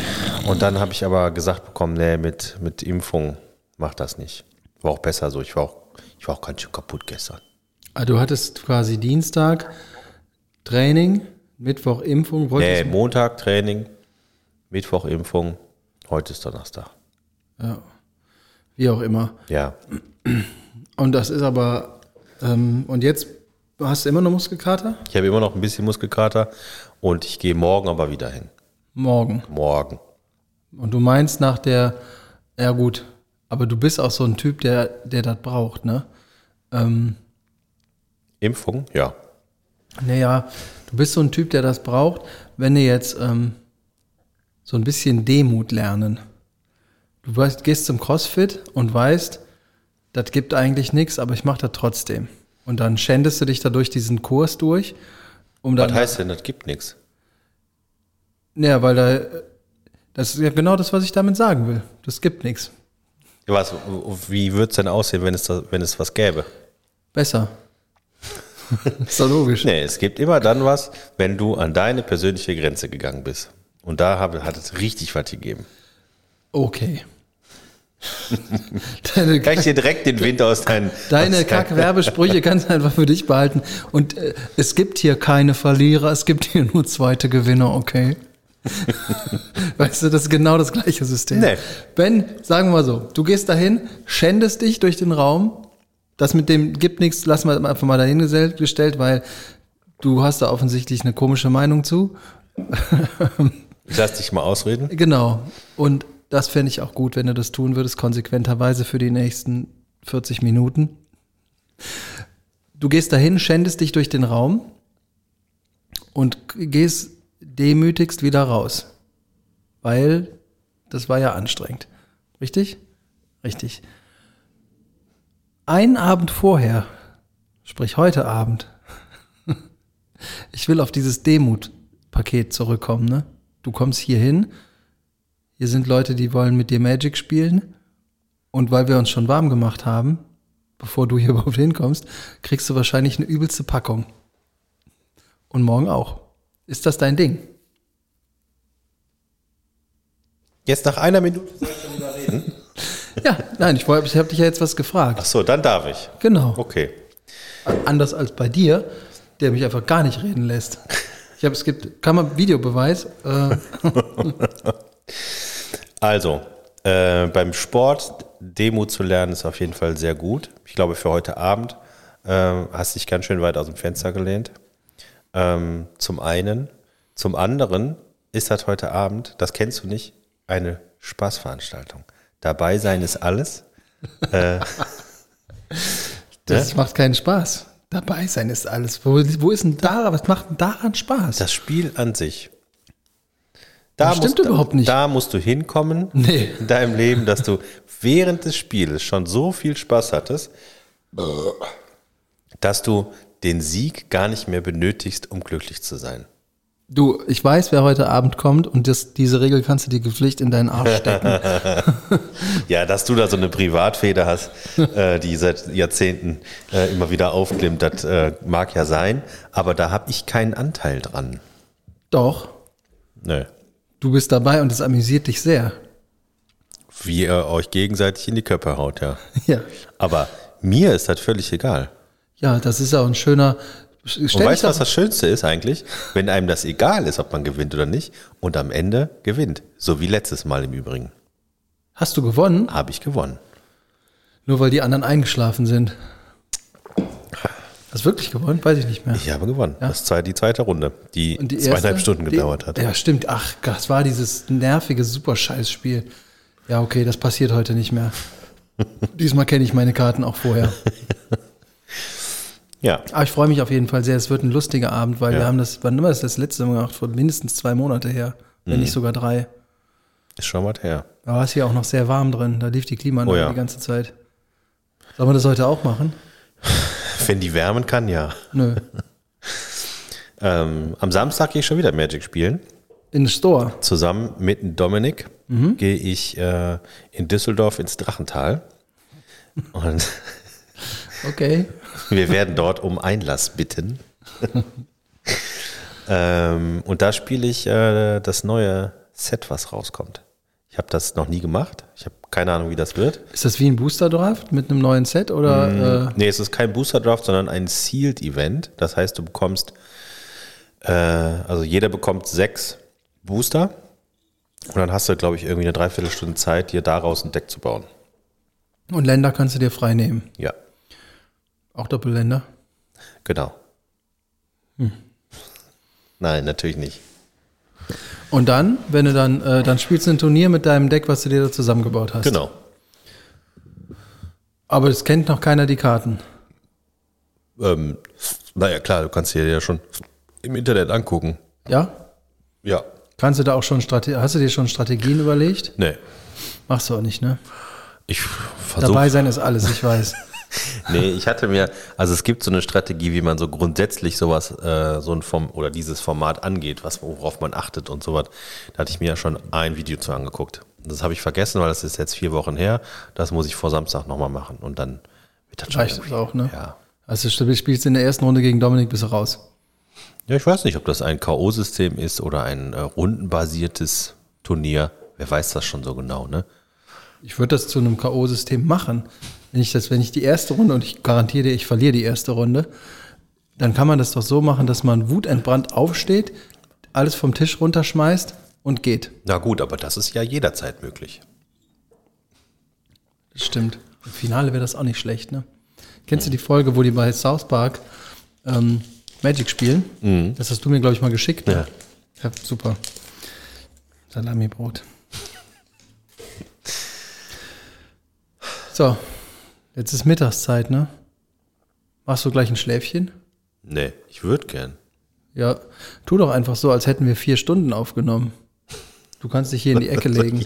A: Und dann habe ich aber gesagt bekommen, nee, mit, mit Impfung macht das nicht. War auch besser so. Ich war auch, ich war auch ganz schön kaputt gestern.
B: Ah, du hattest quasi Dienstag Training, Mittwoch Impfung.
A: Nee,
B: Wolltest
A: Äh, Montag Training, Mittwoch Impfung, heute ist Donnerstag.
B: ja, wie auch immer.
A: Ja,
B: Und das ist aber, ähm, und jetzt hast du immer noch Muskelkater?
A: ich habe immer noch ein bisschen Muskelkater und ich gehe morgen aber wieder hin.
B: Morgen.
A: Morgen.
B: Und du meinst nach der, ja gut, aber du bist auch so ein Typ, der, der das braucht, ne? Ähm,
A: Impfung? Ja.
B: naja, du bist so ein Typ, der das braucht, wenn du jetzt ähm, so ein bisschen Demut lernen. Du weißt, gehst zum CrossFit und weißt, das gibt eigentlich nichts, aber ich mache das trotzdem. Und dann schändest du dich dadurch diesen Kurs durch, um dann
A: Was heißt denn, das gibt nichts?
B: Ja, weil da, das ist ja genau das, was ich damit sagen will. Das gibt nichts.
A: Was, wie würde es denn aussehen, wenn es, da, wenn es was gäbe?
B: Besser. ist doch logisch.
A: Nee, es gibt immer dann was, wenn du an deine persönliche Grenze gegangen bist. Und da hab, hat es richtig was gegeben.
B: Okay. Deine,
A: Kann ich dir direkt den Wind aus deinen.
B: deine
A: aus deinen-
B: Kack-Werbesprüche kannst du einfach für dich behalten. Und äh, es gibt hier keine Verlierer, es gibt hier nur zweite Gewinner, okay? weißt du, das ist genau das gleiche System.
A: Nee.
B: Ben, sagen wir mal so, du gehst dahin, schändest dich durch den Raum. Das mit dem gibt nichts, lassen wir einfach mal dahingestellt, weil du hast da offensichtlich eine komische Meinung zu.
A: Ich lass dich mal ausreden.
B: Genau. Und das fände ich auch gut, wenn du das tun würdest, konsequenterweise für die nächsten 40 Minuten. Du gehst dahin, schändest dich durch den Raum und k- gehst demütigst wieder raus. Weil das war ja anstrengend. Richtig? Richtig. Einen Abend vorher, sprich heute Abend, ich will auf dieses Demut-Paket zurückkommen, ne? Du kommst hier hin, hier sind Leute, die wollen mit dir Magic spielen. Und weil wir uns schon warm gemacht haben, bevor du hier überhaupt hinkommst, kriegst du wahrscheinlich eine übelste Packung. Und morgen auch. Ist das dein Ding?
A: Jetzt nach einer Minute.
B: Ja, nein, ich, wollte- ich habe dich ja jetzt was gefragt.
A: Ach so, dann darf ich.
B: Genau.
A: Okay.
B: Anders als bei dir, der mich einfach gar nicht reden lässt. Ich habe, es gibt, kann man Videobeweis. Äh,
A: Also, äh, beim Sport Demut zu lernen ist auf jeden Fall sehr gut. Ich glaube, für heute Abend äh, hast dich ganz schön weit aus dem Fenster gelehnt. Ähm, zum einen. Zum anderen ist halt das heute Abend, das kennst du nicht, eine Spaßveranstaltung. Dabei sein ist alles. äh,
B: Das macht keinen Spaß. Dabei sein ist alles. Wo, wo ist denn daran, was macht denn daran Spaß?
A: das Spiel an sich.
B: Das stimmt
A: musst,
B: überhaupt nicht.
A: Da musst du hinkommen
B: Nee.
A: in deinem Leben, dass du während des Spieles schon so viel Spaß hattest, dass du den Sieg gar nicht mehr benötigst, um glücklich zu sein.
B: Du, ich weiß, wer heute Abend kommt und das, diese Regel kannst du dir gepflicht in deinen Arsch stecken.
A: Ja, dass du da so eine Privatfeder hast, äh, die seit Jahrzehnten äh, immer wieder aufklimmt, das äh, mag ja sein, aber da habe ich keinen Anteil dran.
B: Doch,
A: Nö.
B: du bist dabei und es amüsiert dich sehr.
A: Wie ihr euch gegenseitig in die Köpfe haut, ja.
B: Ja,
A: Aber mir ist das völlig egal.
B: ja das ist ja auch ein schöner.
A: Und
B: Stell
A: weißt du,
B: dich
A: was
B: doch,
A: das Schönste ist eigentlich? Wenn einem das egal ist, ob man gewinnt oder nicht, und am Ende gewinnt. So wie letztes Mal im Übrigen.
B: hast du gewonnen?
A: Habe ich gewonnen.
B: Nur weil die anderen eingeschlafen sind. Hast du wirklich gewonnen? Weiß ich nicht mehr.
A: Ich habe gewonnen. Das war die zweite Runde, die,
B: Und die
A: zweieinhalb
B: erste,
A: Stunden
B: die-
A: gedauert hat.
B: Ja, stimmt. Ach, das war dieses nervige Superscheißspiel. Ja, okay, das passiert heute nicht mehr. Diesmal kenne ich meine Karten auch vorher.
A: Ja.
B: Aber Ah, ich freue mich auf jeden Fall sehr. Es wird ein lustiger Abend, weil
A: Ja.
B: wir haben das, wann haben wir das, das letzte Mal gemacht? Vor mindestens zwei Monate her, wenn
A: Mhm.
B: nicht sogar drei.
A: ist schon was her.
B: Da war es hier auch noch sehr warm drin. Da lief die Klimaanlage
A: Oh ja.
B: die ganze Zeit. Sollen wir das heute auch machen?
A: Wenn die wärmen kann, ja.
B: Nö.
A: Ähm, am Samstag gehe ich schon wieder Magic spielen.
B: In den Store.
A: Zusammen mit Dominik
B: Mhm.
A: gehe ich äh, in Düsseldorf ins Drachental. Und
B: Okay.
A: wir werden dort um Einlass bitten. ähm, und da spiele ich äh, das neue Set, was rauskommt. Ich habe das noch nie gemacht. Ich habe keine Ahnung, wie das wird.
B: Ist das wie ein Booster Draft mit einem neuen Set oder? Äh,
A: Nee, es ist kein Booster Draft, sondern ein Sealed Event. Das heißt, du bekommst, äh, also jeder bekommt sechs Booster. Und dann hast du, glaube ich, irgendwie eine Dreiviertelstunde Zeit, dir daraus ein Deck zu bauen.
B: äh, und Länder kannst du dir frei nehmen.
A: Ja,
B: Auch Doppelländer.
A: genau. Nein, natürlich nicht.
B: Und dann, wenn du dann, äh, dann spielst du ein Turnier mit deinem Deck, was du dir da zusammengebaut hast.
A: Genau.
B: Aber es kennt noch keiner die Karten.
A: Ähm, naja, klar, du kannst dir ja schon im Internet angucken.
B: Ja?
A: Ja.
B: Kannst du da auch schon Strate hast du dir schon Strategien überlegt?
A: Nee.
B: Machst du auch nicht, ne?
A: ne. Ich versuche
B: Dabei sein ist alles, ich weiß.
A: Nee, ich hatte mir, also es gibt so eine Strategie, wie man so grundsätzlich sowas, äh, so ein Form oder dieses Format angeht, was, worauf man achtet und sowas. Da hatte ich mir ja schon ein Video zu angeguckt. Das habe ich vergessen, weil das ist jetzt vier Wochen her. Das muss ich vor Samstag nochmal machen und dann wird das schon
B: Reicht es
A: irgendwie-
B: auch, ne?
A: Ja.
B: Also du spielst in der ersten Runde gegen Dominik, bist du raus.
A: ja, ich weiß nicht, ob das ein K.O.-System ist oder ein äh, rundenbasiertes Turnier. Wer weiß das schon so genau, ne?
B: Ich würde das zu einem K.O.-System machen. Wenn ich das, wenn ich die erste Runde, und ich garantiere dir, ich verliere die erste Runde, dann kann man das doch so machen, dass man wutentbrannt aufsteht, alles vom Tisch runterschmeißt und geht.
A: Na gut, aber das ist ja jederzeit möglich.
B: Das Stimmt. Im Finale wäre das auch nicht schlecht, ne? Kennst du die Folge, wo die bei South Park ähm, Magic spielen? Das hast du mir, glaube ich, mal geschickt. Ne? Ja. Super. Salamibrot. So, jetzt ist Mittagszeit, ne? Machst du gleich ein Schläfchen?
A: Nee, ich würde gern.
B: Ja, tu doch einfach so, als hätten wir vier Stunden aufgenommen. Du kannst dich hier in die Ecke legen.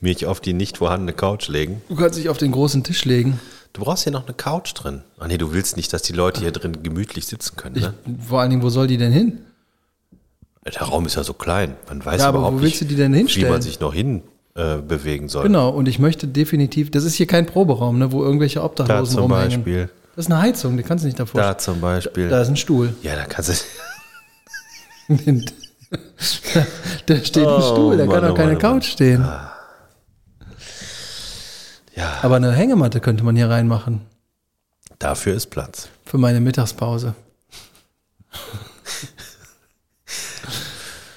A: Mich auf die nicht vorhandene Couch legen.
B: Du kannst dich auf den großen Tisch legen.
A: Du brauchst hier noch eine Couch drin. Ah nee, du willst nicht, dass die Leute hier drin gemütlich sitzen können,
B: Ich,
A: ne?
B: Vor allen Dingen, wo soll die denn hin?
A: Der Raum ist ja so klein. Man weiß
B: Ja, aber
A: überhaupt
B: wo
A: nicht,
B: willst du die denn
A: wie man
B: hinstellen?
A: sich noch hin äh, bewegen soll.
B: Genau, und ich möchte definitiv, das ist hier kein Proberaum, ne, wo irgendwelche Obdachlosen
A: Da zum
B: rumhängen.
A: Beispiel.
B: Das ist eine Heizung, die kannst du nicht davor.
A: Da zum Beispiel.
B: da ist ein Stuhl.
A: ja, da kannst du.
B: da steht ein Stuhl, da
A: Mann,
B: kann
A: oh
B: auch keine
A: Mann, oh Mann.
B: Couch stehen.
A: Ja,
B: Aber eine Hängematte könnte man hier reinmachen
A: dafür ist Platz.
B: für meine Mittagspause.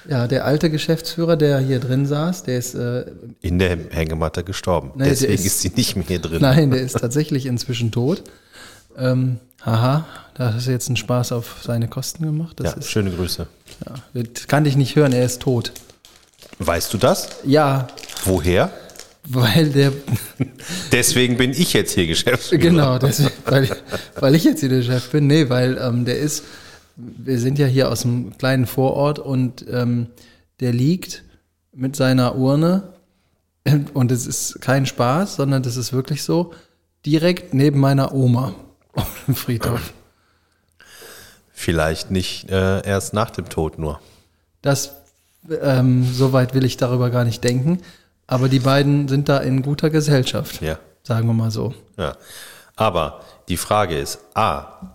B: ja, der alte Geschäftsführer, der hier drin saß, der ist äh,
A: In der Hängematte gestorben.
B: Nee, der
A: Deswegen
B: ist-
A: ist sie nicht mehr hier drin.
B: Nein, der ist tatsächlich inzwischen tot. Ähm, haha, da hast du jetzt einen Spaß auf seine Kosten gemacht.
A: ja,
B: Das ist,
A: schöne Grüße.
B: ja, das kann dich nicht hören, er ist tot.
A: Weißt du das?
B: Ja,
A: Woher?
B: weil der,
A: Deswegen bin ich jetzt hier Geschäftsführer.
B: genau, deswegen, weil, weil ich jetzt hier der Chef bin. Nee, weil ähm, der ist, wir sind ja hier aus einem kleinen Vorort und ähm, der liegt mit seiner Urne und es ist kein Spaß, sondern das ist wirklich so, direkt neben meiner Oma auf dem Friedhof.
A: Vielleicht nicht äh, erst nach dem Tod nur.
B: Das, ähm, soweit will ich darüber gar nicht denken. Aber die beiden sind da in guter Gesellschaft.
A: Ja.
B: Sagen wir mal so.
A: ja. Aber die Frage ist: A,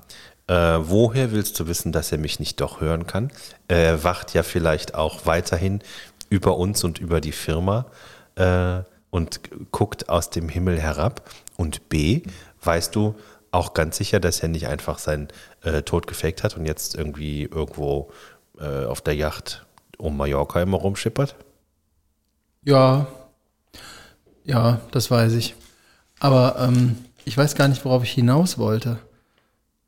A: äh, woher willst du wissen, dass er mich nicht doch hören kann? Er wacht ja vielleicht auch weiterhin über uns und über die Firma äh, und g- guckt aus dem Himmel herab. Und B, weißt du auch ganz sicher, dass er nicht einfach seinen äh, Tod gefaked hat und jetzt irgendwie irgendwo äh, auf der Yacht um Mallorca immer rumschippert?
B: Ja. Ja, das weiß ich. Aber ähm, ich weiß gar nicht, worauf ich hinaus wollte.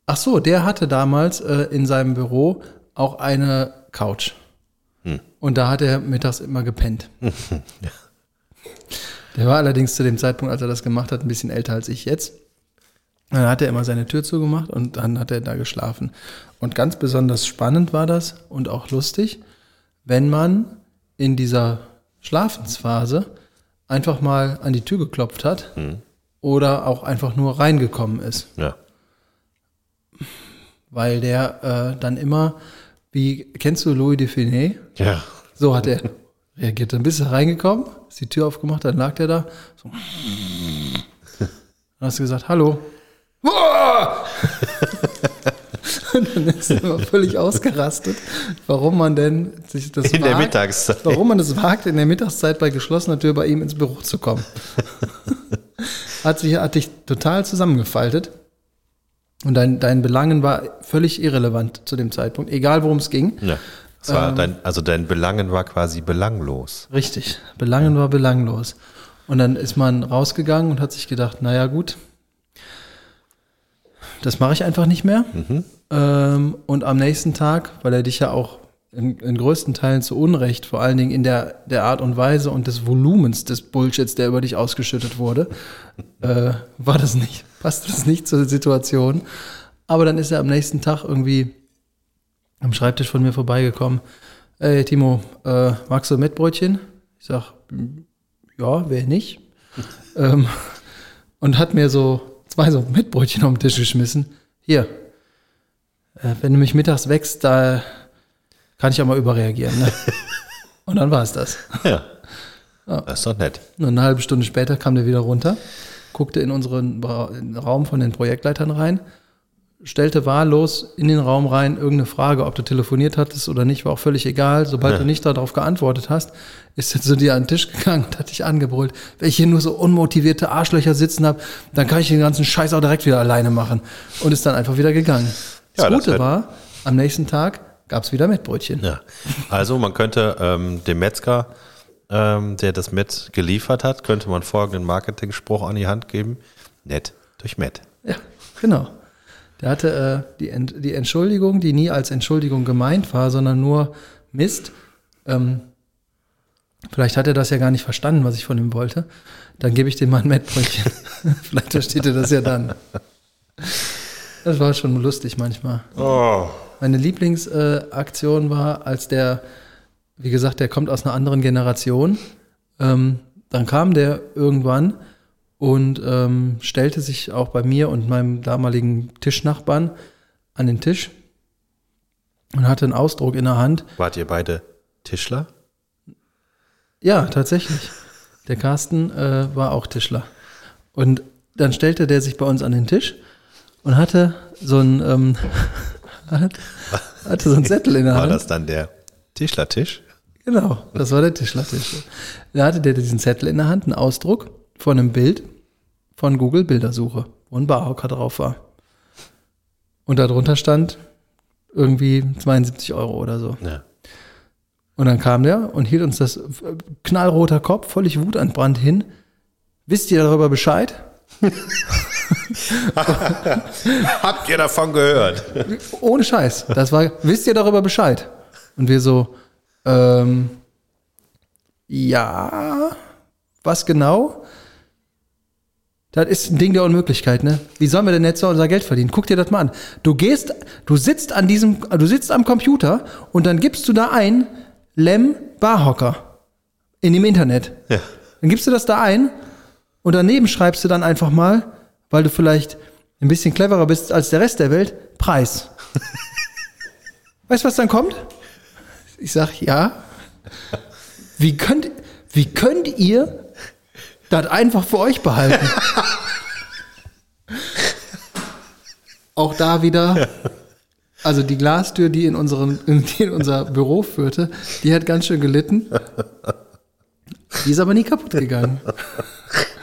B: Ach so, der hatte damals äh, in seinem Büro auch eine Couch. Und da hat er mittags immer gepennt. Der war allerdings zu dem Zeitpunkt, als er das gemacht hat, ein bisschen älter als ich jetzt. Dann hat er immer seine Tür zugemacht und dann hat er da geschlafen. Und ganz besonders spannend war das und auch lustig, wenn man in dieser Schlafensphase einfach mal an die Tür geklopft hat
A: Mhm.
B: oder auch einfach nur reingekommen ist,
A: Ja.
B: weil der äh, dann immer, wie kennst du Louis Define?
A: Ja.
B: So hat er reagiert. Dann bist du reingekommen, ist die Tür aufgemacht, dann lag der da. So. Dann hast du gesagt, hallo. Uah! Und dann ist er immer völlig ausgerastet, warum man denn sich das
A: In der
B: wagt,
A: Mittagszeit.
B: warum man es wagt, in der Mittagszeit bei geschlossener Tür bei ihm ins Büro zu kommen. hat sich hat dich total zusammengefaltet und dein, dein Belangen war völlig irrelevant zu dem Zeitpunkt, egal worum es ging.
A: ja. Das war dein, also dein Belangen war quasi belanglos.
B: Richtig. Belangen war belanglos. Und dann ist man rausgegangen und hat sich gedacht, naja gut, das mache ich einfach nicht mehr. Ähm, und am nächsten Tag, weil er dich ja auch in, in größten Teilen zu Unrecht, vor allen Dingen in der, der Art und Weise und des Volumens des Bullshits, der über dich ausgeschüttet wurde, äh, war das nicht, passte das nicht zur Situation. Aber dann ist er am nächsten Tag irgendwie am Schreibtisch von mir vorbeigekommen. Ey, Timo, äh, magst du Mettbrötchen? Ich sag, "Mm, ja, wer nicht? ähm, und hat mir so zwei so Mettbrötchen auf den Tisch geschmissen. Hier, äh, wenn du mich mittags wächst, da kann ich ja mal überreagieren. Ne? und dann war es das.
A: Ja. Das ist doch nett.
B: Und eine halbe Stunde später kam der wieder runter, guckte in unseren Ra- Raum von den Projektleitern rein, stellte wahllos in den Raum rein irgendeine Frage, ob du telefoniert hattest oder nicht, war auch völlig egal. Sobald du nicht darauf geantwortet hast, ist er zu dir an den Tisch gegangen und hat dich angebrüllt. Wenn ich hier nur so unmotivierte Arschlöcher sitzen habe, dann kann ich den ganzen Scheiß auch direkt wieder alleine machen. Und ist dann einfach wieder gegangen. Das
A: Ja, das
B: Gute
A: wird-
B: war, am nächsten Tag gab es wieder Mettbrötchen.
A: Ja. Also man könnte ähm, dem Metzger, ähm, der das Met geliefert hat, könnte man folgenden Marketing-Spruch an die Hand geben. Nett durch Met.
B: Ja, genau. Der hatte äh, die, Ent die Entschuldigung, die nie als Entschuldigung gemeint war, sondern nur Mist. Ähm, vielleicht hat er das ja gar nicht verstanden, was ich von ihm wollte. Dann gebe ich dem mal ein Mettbrötchen. vielleicht versteht er das ja dann. Das war schon lustig manchmal.
A: Oh.
B: Meine Lieblingsaktion äh, Aktion war, als der, wie gesagt, der kommt aus einer anderen Generation. Ähm, dann kam der irgendwann und ähm, stellte sich auch bei mir und meinem damaligen Tischnachbarn an den Tisch und hatte einen Ausdruck in der Hand.
A: Wart ihr beide Tischler?
B: Ja, tatsächlich. Der Carsten äh, war auch Tischler. Und dann stellte der sich bei uns an den Tisch und hatte so einen, ähm, hat- hatte so einen Zettel in der
A: War
B: Hand.
A: das dann der Tischlertisch?
B: Genau, das war der Tischlertisch. Da hatte der diesen Zettel in der Hand, einen Ausdruck von einem Bild von Google Bildersuche, wo ein Barhocker drauf war. Und darunter stand irgendwie 72 Euro oder so.
A: Ja.
B: Und dann kam der und hielt uns das äh, knallroter Kopf, völlig wutentbrannt hin. Wisst ihr darüber Bescheid?
A: Habt ihr davon gehört?
B: Ohne Scheiß. Das war, wisst ihr darüber Bescheid? Und wir so, ähm, ja, Was genau? Das ist ein Ding der Unmöglichkeit, ne? Wie sollen wir denn jetzt unser Geld verdienen? Guck dir das mal an. Du gehst, du sitzt an diesem, du sitzt am Computer und dann gibst du da ein Lem Barhocker in dem Internet.
A: Ja.
B: Dann gibst du das da ein und daneben schreibst du dann einfach mal, weil du vielleicht ein bisschen cleverer bist als der Rest der Welt, Preis. weißt du, was dann kommt? Ich sag ja. Wie könnt, wie könnt ihr das einfach für euch behalten? Auch da wieder, also die Glastür, die in, unseren, die in unser Büro führte, die hat ganz schön gelitten. Die ist aber nie kaputt gegangen.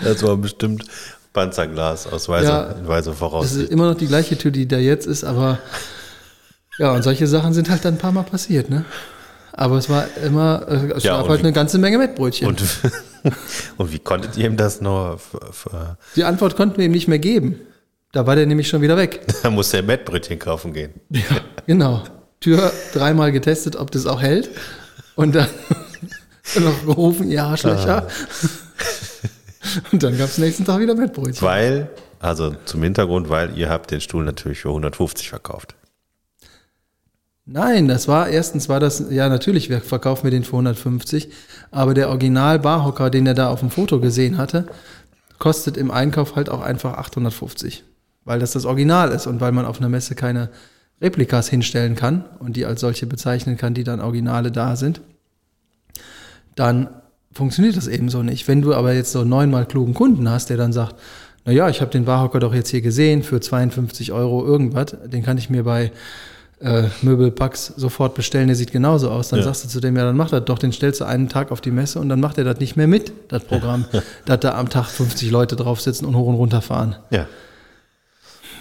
A: Das war bestimmt Panzerglas aus weiser,
B: Ja.
A: in weiser
B: Das
A: Voraussicht.
B: ist Also immer noch die gleiche Tür, die da jetzt ist, aber ja, und solche Sachen sind halt dann ein paar Mal passiert, ne? Aber es war immer, äh, es
A: Ja,
B: gab
A: und
B: halt
A: wie-
B: eine ganze Menge Mettbrötchen.
A: Und, und wie konntet ihr ihm das nur? f- f-
B: die Antwort konnten wir ihm nicht mehr geben. Da war der nämlich schon wieder weg.
A: Da musste er Mettbrötchen kaufen gehen.
B: Ja. Genau. Tür dreimal getestet, ob das auch hält. Und dann noch gerufen, ihr Arschlöcher.
A: Ah.
B: Und dann gab es nächsten Tag wieder Mettbrötchen.
A: Weil, also zum Hintergrund, weil ihr habt den Stuhl natürlich für 150 verkauft.
B: Nein, das war erstens war das, ja natürlich, wir verkaufen wir den für 150, aber der Original Barhocker, den er da auf dem Foto gesehen hatte, kostet im Einkauf halt auch einfach 850, weil das das Original ist und weil man auf einer Messe keine Replikas hinstellen kann und die als solche bezeichnen kann, die dann Originale da sind, dann funktioniert das eben so nicht. Wenn du aber jetzt so neunmal klugen Kunden hast, der dann sagt, na ja, ich habe den Barhocker doch jetzt hier gesehen für 52 Euro irgendwas, den kann ich mir bei äh, Möbelpacks sofort bestellen, der sieht genauso aus. Dann
A: Ja.
B: sagst du zu dem, ja, dann mach das doch, den stellst du einen Tag auf die Messe und dann macht er das nicht mehr mit, das Programm, dass da am Tag 50 Leute drauf sitzen und hoch und runter fahren.
A: Ja.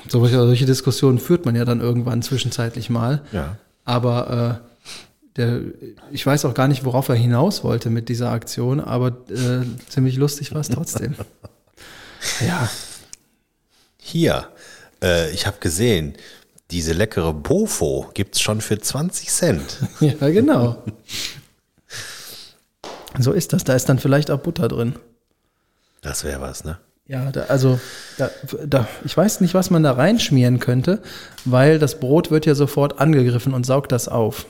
B: So, solche Diskussionen führt man ja dann irgendwann zwischenzeitlich mal.
A: Ja.
B: Aber äh, der, ich weiß auch gar nicht, worauf er hinaus wollte mit dieser Aktion, aber äh, ziemlich lustig war es trotzdem. ja,
A: Hier, äh, ich habe gesehen, diese leckere Bofo gibt's schon für 20 Cent.
B: ja, genau. So ist das. Da ist dann vielleicht auch Butter drin.
A: Das wäre was, ne?
B: Ja, da, also da, da, ich weiß nicht, was man da reinschmieren könnte, weil das Brot wird ja sofort angegriffen und saugt das auf.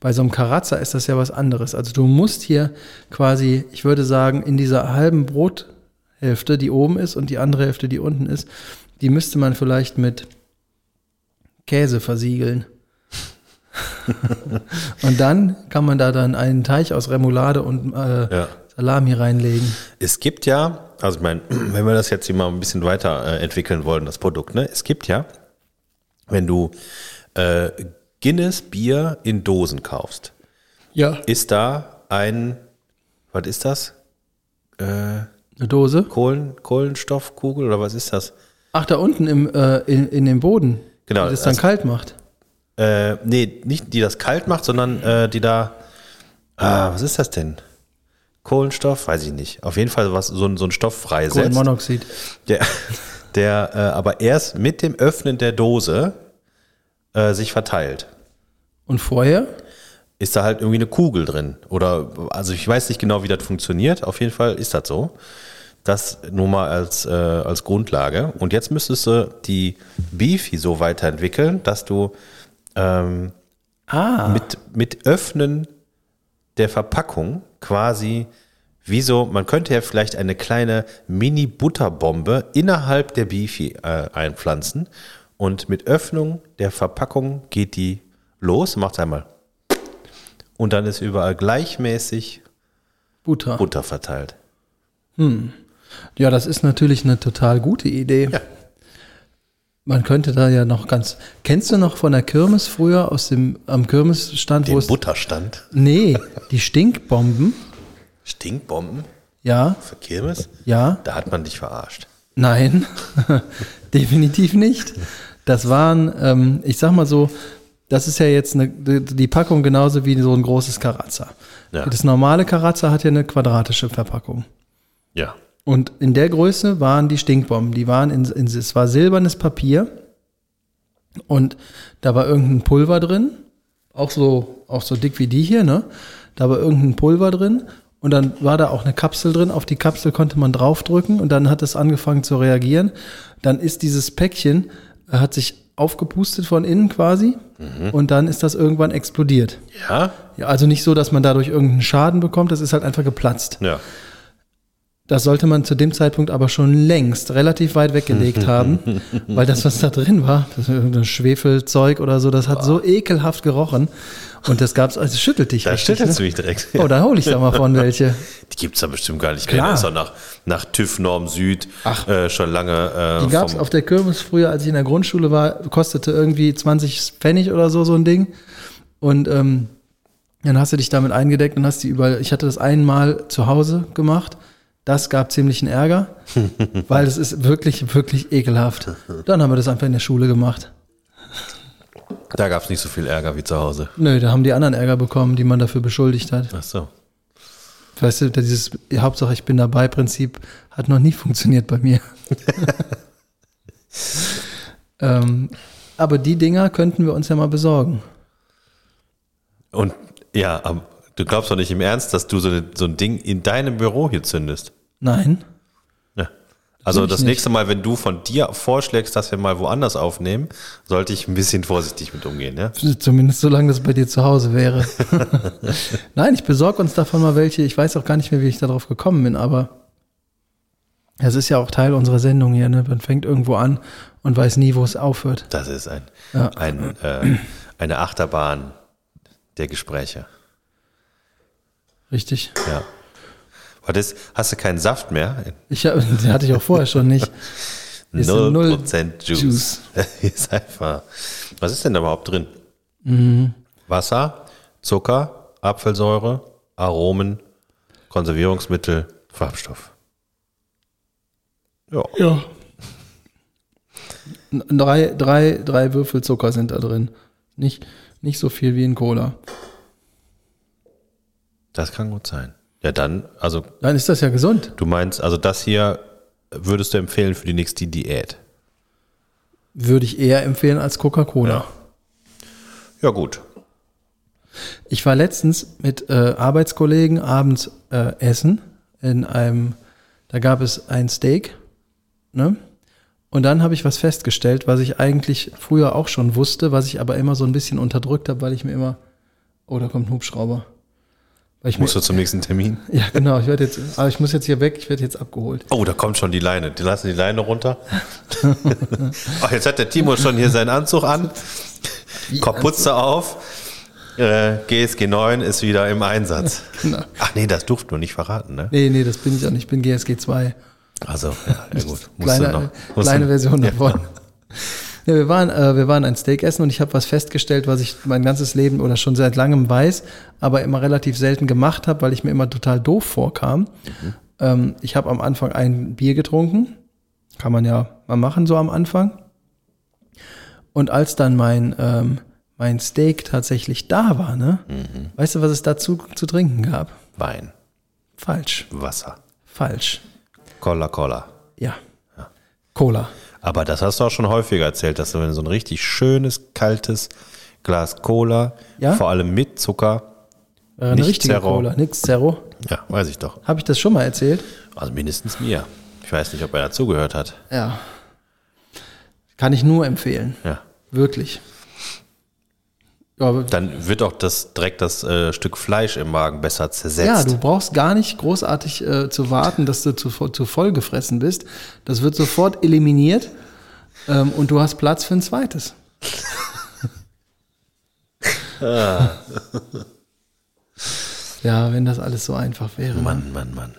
B: Bei so einem Karazza ist das ja was anderes. Also du musst hier quasi, ich würde sagen, in dieser halben Brothälfte, die oben ist und die andere Hälfte, die unten ist, die müsste man vielleicht mit Käse versiegeln. und dann kann man da dann einen Teig aus Remoulade und äh,
A: Ja.
B: Salami reinlegen.
A: Es gibt ja, also ich meine, wenn wir das jetzt hier mal ein bisschen weiter äh, entwickeln wollen, das Produkt, ne? Es gibt ja, wenn du äh, Guinness Bier in Dosen kaufst,
B: Ja.
A: ist da ein, was ist das? Äh,
B: Eine Dose.
A: Kohlen, Kohlenstoffkugel oder was ist das?
B: Ach, da unten im, äh, in, in dem Boden.
A: Genau,
B: Die das dann
A: also-
B: kalt macht.
A: Äh, nee, nicht die das kalt macht, sondern äh, die da. Ah, was ist das denn? Kohlenstoff? Weiß ich nicht. Auf jeden Fall was, so, ein- so ein Stoff freisetzt.
B: Kohlenmonoxid.
A: Der, der äh, aber erst mit dem Öffnen der Dose äh, sich verteilt.
B: Und vorher?
A: Ist da halt irgendwie eine Kugel drin? Oder, also ich weiß nicht genau, wie das funktioniert. Auf jeden Fall ist das so. Das nur mal als, äh, als Grundlage. Und jetzt müsstest du die Beefy so weiterentwickeln, dass du ähm,
B: Ah.
A: mit, mit Öffnen der Verpackung quasi wie so, man könnte ja vielleicht eine kleine Mini-Butterbombe innerhalb der Beefy äh, einpflanzen und mit Öffnung der Verpackung geht die los, macht einmal und dann ist überall gleichmäßig
B: Butter.
A: Butter verteilt.
B: Ja, das ist natürlich eine total gute Idee.
A: Ja.
B: Man könnte da ja noch ganz. Kennst du noch von der Kirmes früher aus dem am Kirmesstand, wo
A: Den
B: es.
A: Butterstand.
B: Nee, die Stinkbomben.
A: Stinkbomben
B: Ja,
A: für Kirmes?
B: ja.
A: Da hat man dich verarscht.
B: Nein, definitiv nicht. Das waren, ähm, ich sag mal so, das ist ja jetzt eine, die die Packung genauso wie so ein großes Karazza.
A: Ja.
B: Das normale Karazza hat ja eine quadratische Verpackung.
A: Ja.
B: Und in der Größe waren die Stinkbomben. Die waren in, in es war silbernes Papier und da war irgendein Pulver drin, auch so auch so dick wie die hier, ne? Da war irgendein Pulver drin Und dann war da auch eine Kapsel drin. Auf die Kapsel konnte man draufdrücken und dann hat es angefangen zu reagieren. Dann ist dieses Päckchen, äh, hat sich aufgepustet von innen quasi und dann ist das irgendwann explodiert.
A: Ja?
B: Ja, also nicht so, dass man dadurch irgendeinen Schaden bekommt, das ist halt einfach geplatzt.
A: Ja.
B: Das sollte man zu dem Zeitpunkt aber schon längst relativ weit weggelegt haben, weil das, was da drin war, das war irgendein Schwefelzeug oder so, das hat so ekelhaft gerochen. Und das gab's, also es schüttelt dich
A: Da
B: richtig.
A: schüttelst du
B: ne?
A: mich direkt.
B: Oh, dann hole ich da mal von welche.
A: Die gibt es da bestimmt gar nicht
B: Klar.
A: mehr. Das ist doch nach, nach TÜV Norm Süd
B: Ach.
A: äh, schon lange. Äh,
B: Die gab's auf der Kirmes früher, als ich in der Grundschule war, kostete irgendwie 20 Pfennig oder so, so ein Ding. Und ähm, dann hast du dich damit eingedeckt und hast die überall. Ich hatte das einmal zu Hause gemacht. Das gab ziemlichen Ärger, weil es ist wirklich, wirklich ekelhaft. Dann haben wir das einfach in der Schule gemacht.
A: da gab es nicht so viel Ärger wie zu Hause.
B: Nö, da haben die anderen Ärger bekommen, die man dafür beschuldigt hat.
A: Ach so.
B: Weißt du, dieses Hauptsache ich bin dabei Prinzip hat noch nie funktioniert bei mir. ähm, aber die Dinger könnten wir uns ja mal besorgen.
A: Und ja, am- du glaubst doch nicht im Ernst, dass du so, ne, so ein Ding in deinem Büro hier zündest.
B: Nein.
A: Ja. Also
B: Natürlich
A: das
B: nicht.
A: nächste Mal, wenn du von dir vorschlägst, dass wir mal woanders aufnehmen, sollte ich ein bisschen vorsichtig mit umgehen. Ja?
B: Zumindest solange das bei dir zu Hause wäre. Nein, ich besorge uns davon mal welche. Ich weiß auch gar nicht mehr, wie ich darauf gekommen bin, aber es ist ja auch Teil unserer Sendung hier. Ne? Man fängt irgendwo an und weiß nie, wo es aufhört.
A: Das ist ein,
B: Ja.
A: ein, äh, eine Achterbahn der Gespräche.
B: Richtig.
A: Ja. War das, hast du keinen Saft mehr?
B: Ich hab, den hatte ich auch vorher schon nicht. Ist ja null
A: 0% Juice.
B: Juice.
A: ist einfach. Was ist denn da überhaupt drin? Wasser, Zucker, Apfelsäure, Aromen, Konservierungsmittel, Farbstoff. Ja.
B: Ja. Drei, drei, drei Würfel Zucker sind da drin. Nicht, nicht so viel wie in Cola.
A: Das kann gut sein. Ja, dann, also
B: Dann ist das ja gesund.
A: du meinst, also das hier würdest du empfehlen für die nächste Diät.
B: Würde ich eher empfehlen als Coca-Cola.
A: Ja. Ja, gut.
B: Ich war letztens mit äh, Arbeitskollegen abends äh, essen in einem, da gab es ein Steak, ne? Und dann habe ich was festgestellt, was ich eigentlich früher auch schon wusste, was ich aber immer so ein bisschen unterdrückt habe, weil ich mir immer, oh, da kommt ein Hubschrauber. Weil ich mir,
A: Musst du zum nächsten Termin?
B: ja, genau, ich werde jetzt, aber ich muss jetzt hier weg, ich werde jetzt abgeholt.
A: Oh, da kommt schon die Leine. Die lassen die Leine runter. oh, jetzt hat der Timo schon hier seinen Anzug an. Kapuze auf. Äh, GSG 9 ist wieder im Einsatz.
B: Genau.
A: Ach nee, das durften wir nicht verraten, ne?
B: Nee, nee, das bin ich auch nicht. Ich bin GSG 2.
A: Also, ja, ja gut. Musst du
B: Kleine, äh,
A: noch, musst
B: kleine
A: du,
B: Version
A: ja.
B: davon. Ja, wir waren, äh, wir waren ein Steak essen und ich habe was festgestellt, was ich mein ganzes Leben oder schon seit langem weiß, aber immer relativ selten gemacht habe, weil ich mir immer total doof vorkam.
A: Mhm.
B: Ähm, ich habe am Anfang ein Bier getrunken. Kann man ja mal machen, so am Anfang. Und als dann mein, ähm, mein Steak tatsächlich da war, ne?
A: Mhm.
B: Weißt du, was es dazu zu trinken gab?
A: Wein,
B: Falsch.
A: Wasser,
B: Falsch.
A: Cola, Cola.
B: Ja. Cola.
A: Aber das hast du auch schon häufiger erzählt, dass du wenn du so ein richtig schönes, kaltes Glas Cola,
B: Ja?
A: vor allem mit Zucker,
B: Äh, Eine
A: Nicht
B: richtige
A: Zero.
B: Cola, nix Zero.
A: ja, weiß ich doch.
B: Habe ich das schon mal erzählt?
A: Also mindestens mir. Ich weiß nicht, ob er dazugehört hat.
B: Ja. Kann ich nur empfehlen.
A: Ja.
B: Wirklich. Ja, aber-
A: Dann wird auch das direkt das äh, Stück Fleisch im Magen besser
B: ja,
A: zersetzt.
B: du brauchst gar nicht großartig äh, zu warten, dass du zu, vo- zu voll gefressen bist. Das wird sofort eliminiert ähm, und du hast Platz für ein zweites. Ah. ja, wenn das alles so einfach wäre.
A: Mann, Mann, Mann.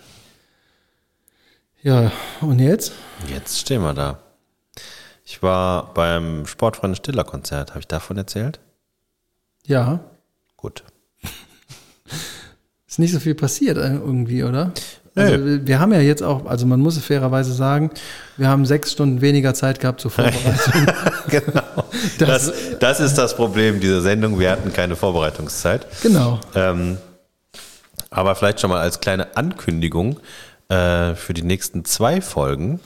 B: Ja, und jetzt?
A: Jetzt stehen wir da. Ich war beim Sportfreunde Stiller Konzert. Habe ich davon erzählt?
B: Ja.
A: Gut.
B: Ist nicht so viel passiert äh, irgendwie, oder?
A: Nö.
B: Also, wir- wir haben ja jetzt auch, also man muss es fairerweise sagen, wir haben sechs Stunden weniger Zeit gehabt zur Vorbereitung.
A: genau.
B: Das-
A: Das, das ist das Problem dieser Sendung. Wir hatten keine Vorbereitungszeit.
B: genau.
A: Ähm, aber vielleicht schon mal als kleine Ankündigung äh, für die nächsten zwei Folgen.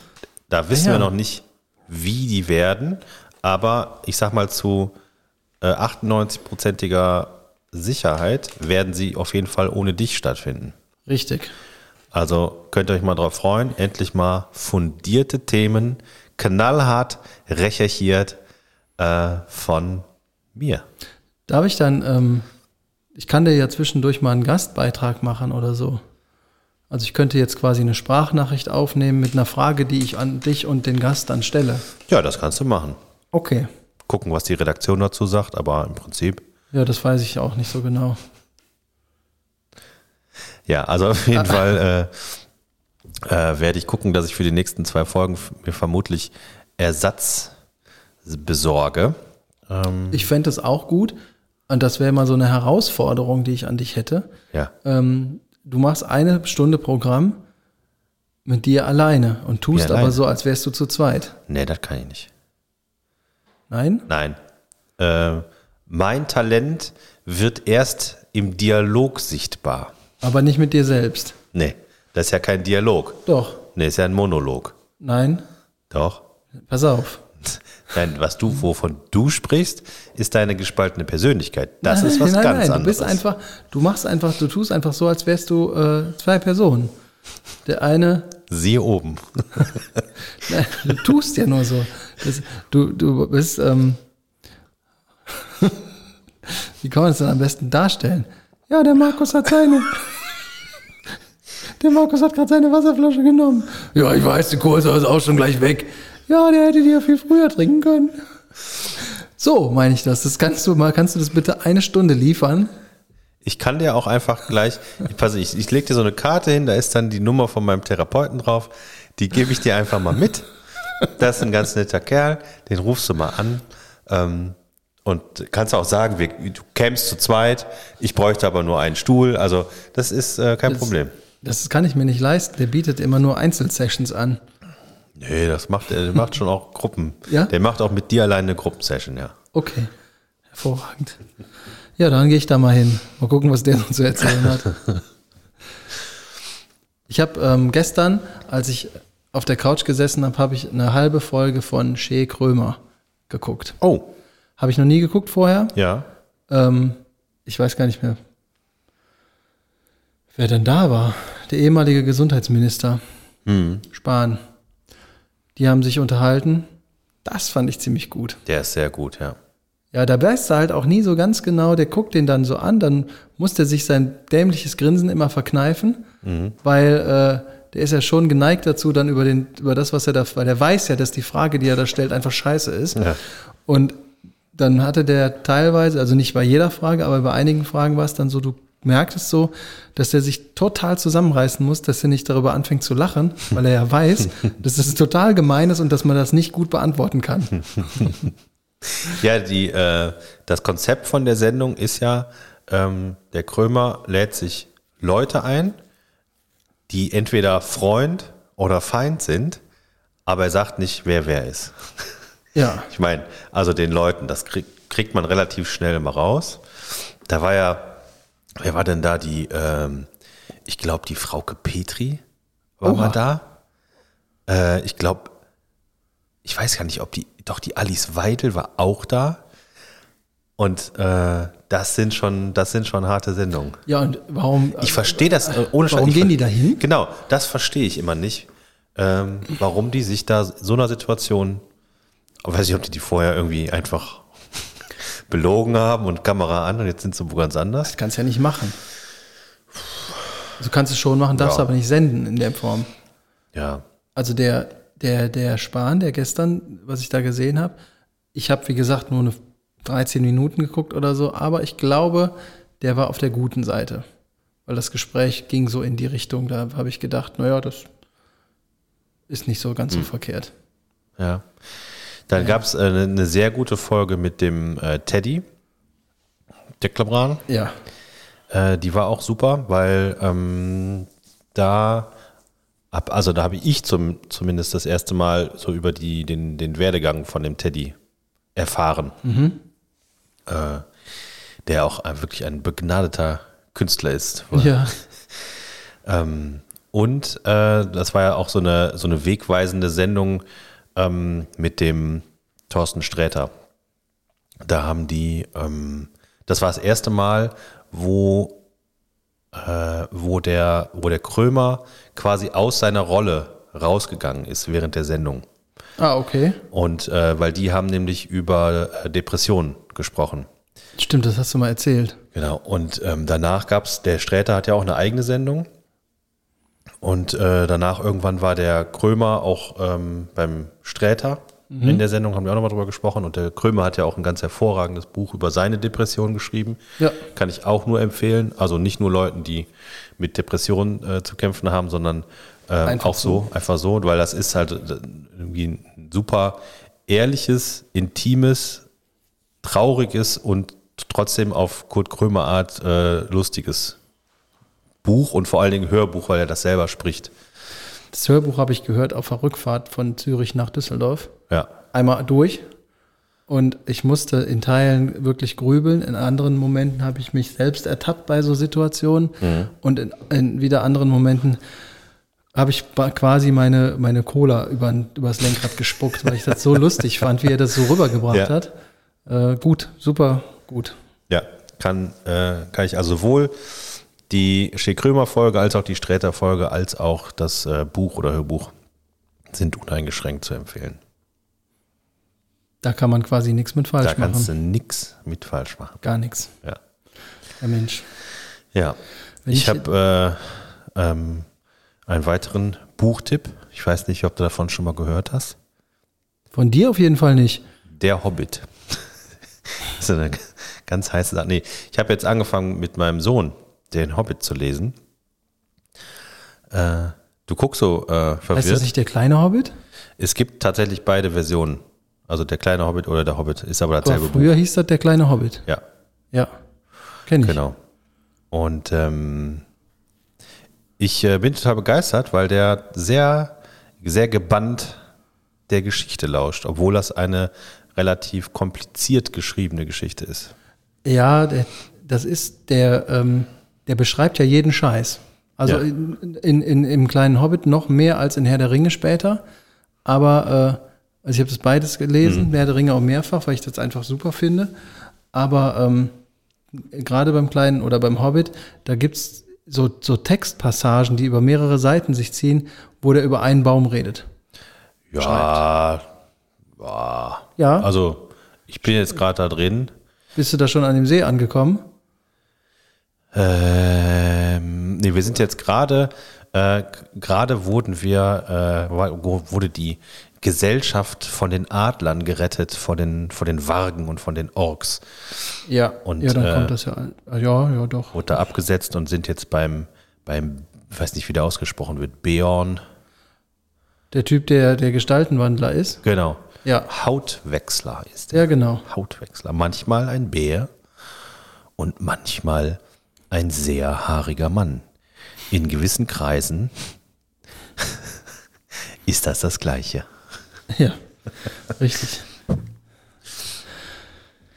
A: Da wissen
B: Ja.
A: wir noch nicht, wie die werden, aber ich sag mal zu äh, 98-prozentiger Sicherheit werden sie auf jeden Fall ohne dich stattfinden.
B: Richtig.
A: Also könnt ihr euch mal drauf freuen. Endlich mal fundierte Themen, knallhart recherchiert äh, von mir.
B: Darf ich dann, ähm, ich kann dir ja zwischendurch mal einen Gastbeitrag machen oder so. Also ich könnte jetzt quasi eine Sprachnachricht aufnehmen mit einer Frage, die ich an dich und den Gast dann stelle.
A: Ja, das kannst du machen.
B: Okay.
A: Gucken, was die Redaktion dazu sagt, aber im Prinzip.
B: Ja, das weiß ich auch nicht so genau.
A: Ja, also auf
B: Ah.
A: jeden Fall äh, äh, werde ich gucken, dass ich für die nächsten zwei Folgen f- mir vermutlich Ersatz besorge. Ähm,
B: Ich fände es auch gut, und das wäre mal so eine Herausforderung, die ich an dich hätte.
A: ja.
B: Ähm, du machst eine Stunde Programm mit dir alleine und tust
A: Mir alleine?
B: aber so, als wärst du zu zweit.
A: Nee, das kann ich nicht.
B: Nein?
A: Nein. Äh, mein Talent wird erst im Dialog sichtbar.
B: Aber nicht mit dir selbst.
A: Nee, das ist ja kein Dialog.
B: Doch.
A: Nee, ist ja ein Monolog.
B: Nein?
A: Doch.
B: Pass auf.
A: Nein, was du, wovon du sprichst, ist deine gespaltene Persönlichkeit. Das ist was
B: nein,
A: ganz
B: nein,
A: anderes.
B: Du bist einfach, du machst einfach, du tust einfach so, als wärst du äh, zwei Personen. Der eine,
A: Siehe oben.
B: nein, du tust ja nur so. Das, du, du bist, ähm, wie kann man es denn am besten darstellen? Ja, der Markus hat seine. Der Markus hat gerade seine Wasserflasche genommen. Ja, ich weiß, die Kohlsäure ist auch schon gleich weg. Ja, der hätte die ja viel früher trinken können. So meine ich das. Das kannst du mal, kannst du das bitte eine Stunde liefern?
A: Ich kann dir auch einfach gleich, ich, pass, ich, ich lege dir so eine Karte hin, da ist dann die Nummer von meinem Therapeuten drauf. Die gebe ich dir einfach mal mit. Das ist ein ganz netter Kerl, den rufst du mal an. Ähm, und kannst auch sagen, wir, du kämst zu zweit, ich bräuchte aber nur einen Stuhl. Also das ist äh, kein Problem.
B: Das kann ich mir nicht leisten. Der bietet immer nur Einzelsessions an.
A: Nee, das macht, er der macht schon auch Gruppen.
B: Ja?
A: Der macht auch mit dir alleine eine Gruppensession, ja.
B: Okay, hervorragend. Ja, dann gehe ich da mal hin. Mal gucken, was der so zu erzählen hat. Ich habe ähm, gestern, als ich auf der Couch gesessen habe, habe ich eine halbe Folge von Shea Krömer geguckt.
A: Oh,
B: Habe ich noch nie geguckt vorher.
A: ja.
B: Ähm, ich weiß gar nicht mehr, wer denn da war. Der ehemalige Gesundheitsminister Spahn. Die haben sich unterhalten. Das fand ich ziemlich gut.
A: Der ist sehr gut, ja.
B: Ja, da weißt du halt auch nie so ganz genau, der guckt den dann so an, dann muss der sich sein dämliches Grinsen immer verkneifen, weil äh, der ist ja schon geneigt dazu, dann über, den, über das, was er da, weil der weiß ja, dass die Frage, die er da stellt, einfach scheiße ist.
A: Ja.
B: Und dann hatte der teilweise, also nicht bei jeder Frage, aber bei einigen Fragen war es dann so, du merktest so, dass der sich total zusammenreißen muss, dass er nicht darüber anfängt zu lachen, weil er ja weiß, dass es total gemein ist und dass man das nicht gut beantworten kann.
A: Ja, die, äh, das Konzept von der Sendung ist ja, ähm, der Krömer lädt sich Leute ein, die entweder Freund oder Feind sind, aber er sagt nicht, wer wer ist.
B: Ja.
A: Ich meine, also den Leuten, das krieg, kriegt man relativ schnell mal raus. Da war ja, wer war denn da? Die, ähm, ich glaube, die Frauke Petri war mal da. Äh, ich glaube, ich weiß gar nicht, ob die, doch die Alice Weidel war auch da. Und äh, das sind schon, das sind schon harte Sendungen.
B: Ja, und warum?
A: Ich verstehe das äh, ohne Scheiß.
B: Warum
A: Ich
B: gehen
A: ver-
B: die da hin?
A: Genau, das verstehe ich immer nicht, ähm, warum die sich da so einer Situation, weiß ich, ob die die vorher irgendwie einfach belogen haben und Kamera an und jetzt sind sie wo ganz anders.
B: Das kannst du ja nicht machen. Du kannst es schon machen, darfst
A: Ja.
B: aber nicht senden in der Form.
A: Ja,
B: Also der, der, der Spahn, der gestern, was ich da gesehen habe, ich habe, wie gesagt, nur eine 13 Minuten geguckt oder so, aber ich glaube, der war auf der guten Seite. Weil das Gespräch ging so in die Richtung, da habe ich gedacht, naja, das ist nicht so
A: Hm.
B: ganz so verkehrt.
A: ja. Dann gab's gab es eine, eine sehr gute Folge mit dem äh, Teddy, der Klebran.
B: Ja,
A: Äh, die war auch super, weil ähm, da, hab, also da habe ich zum, zumindest das erste Mal so über die, den, den Werdegang von dem Teddy erfahren. Äh, der auch ein, wirklich ein begnadeter Künstler ist.
B: ja,
A: Ähm, und äh, das war ja auch so eine, so eine wegweisende Sendung ähm, mit dem Thorsten Sträter. Da haben die, ähm, das war das erste Mal, wo äh, wo, der, wo der Krömer quasi aus seiner Rolle rausgegangen ist während der Sendung.
B: Ah, okay.
A: Und äh, weil die haben nämlich über äh, Depressionen gesprochen.
B: Stimmt, das hast du mal erzählt.
A: Genau. Und ähm, danach gab es, der Sträter hat ja auch eine eigene Sendung. Und äh, danach irgendwann war der Krömer auch ähm, beim Sträter. In der Sendung haben wir auch nochmal drüber gesprochen. Und der Krömer hat ja auch ein ganz hervorragendes Buch über seine Depression geschrieben.
B: Ja.
A: Kann ich auch nur empfehlen. Also nicht nur Leuten, die mit Depressionen äh, zu kämpfen haben, sondern ähm,
B: Einfach
A: auch so, einfach so. Weil das ist halt äh, irgendwie ein super ehrliches, intimes trauriges und trotzdem auf Kurt Krömer Art äh, lustiges Buch und vor allen Dingen Hörbuch, weil er das selber spricht.
B: Das Hörbuch habe ich gehört auf der Rückfahrt von Zürich nach Düsseldorf.
A: Ja,
B: Einmal durch. Und ich musste in Teilen wirklich grübeln. In anderen Momenten habe ich mich selbst ertappt bei so Situationen.
A: Mhm.
B: Und in, in wieder anderen Momenten habe ich ba- quasi meine, meine Cola über, übers Lenkrad gespuckt, weil ich das so lustig fand, wie er das so rübergebracht
A: Ja.
B: hat. Äh, gut, super gut.
A: ja, kann, äh, kann ich also sowohl die Schick-Krömer-Folge als auch die Sträter-Folge als auch das äh, Buch oder Hörbuch sind uneingeschränkt zu empfehlen.
B: Da kann man quasi nichts mit
A: Da
B: falsch
A: kannst
B: machen.
A: du nix mit falsch machen.
B: Gar nichts.
A: Ja.
B: Ja, Mensch.
A: Ja.
B: Wenn
A: ich
B: ich-
A: habe äh, ähm, einen weiteren Buchtipp. Ich weiß nicht, ob du davon schon mal gehört hast.
B: Von dir auf jeden Fall nicht.
A: Der Hobbit. das ist eine g- ganz heiße Sache. Nee, ich habe jetzt angefangen mit meinem Sohn, den Hobbit zu lesen. Äh, du guckst so äh,
B: Heißt das
A: verwirrt.
B: nicht der kleine Hobbit?
A: Es gibt tatsächlich beide Versionen. Also der kleine Hobbit oder der Hobbit. Ist aber
B: Aber
A: dasselbe Buch.
B: früher hieß das der kleine Hobbit.
A: Ja,
B: Ja. Kenn ich.
A: Genau. Und ähm, ich äh, bin total begeistert, weil der sehr, sehr gebannt der Geschichte lauscht, obwohl das eine relativ kompliziert geschriebene Geschichte ist.
B: Ja, der, das ist der, ähm, der beschreibt ja jeden Scheiß. Also
A: Ja.
B: in, in, in, im kleinen Hobbit noch mehr als in Herr der Ringe später. Aber äh, also ich habe das beides
A: Mhm.
B: gelesen, Herr der Ringe auch mehrfach, weil ich das einfach super finde. Aber ähm, gerade beim kleinen oder beim Hobbit, da gibt's so, so Textpassagen, die über mehrere Seiten sich ziehen, wo der über einen Baum redet.
A: Ja, ja.
B: Ja,
A: also ich bin jetzt gerade da drin.
B: bist du da schon an dem See angekommen?
A: Ähm, nee, wir sind jetzt gerade, äh, g- gerade wurden wir, äh, wa- wo- wurde die Gesellschaft von den Adlern gerettet, von den, von den Wargen und von den Orks.
B: Ja,
A: Und,
B: ja dann
A: äh,
B: kommt das ja. an. Ah, Ja, ja, doch.
A: Wurde da abgesetzt und sind jetzt beim, beim, ich weiß nicht, wie der ausgesprochen wird, Beorn.
B: Der Typ, der der Gestaltenwandler ist.
A: Genau.
B: Ja,
A: Hautwechsler ist der.
B: ja genau.
A: Hautwechsler. Manchmal ein Bär und manchmal ein sehr haariger Mann. In gewissen Kreisen ist das das Gleiche.
B: Ja, richtig.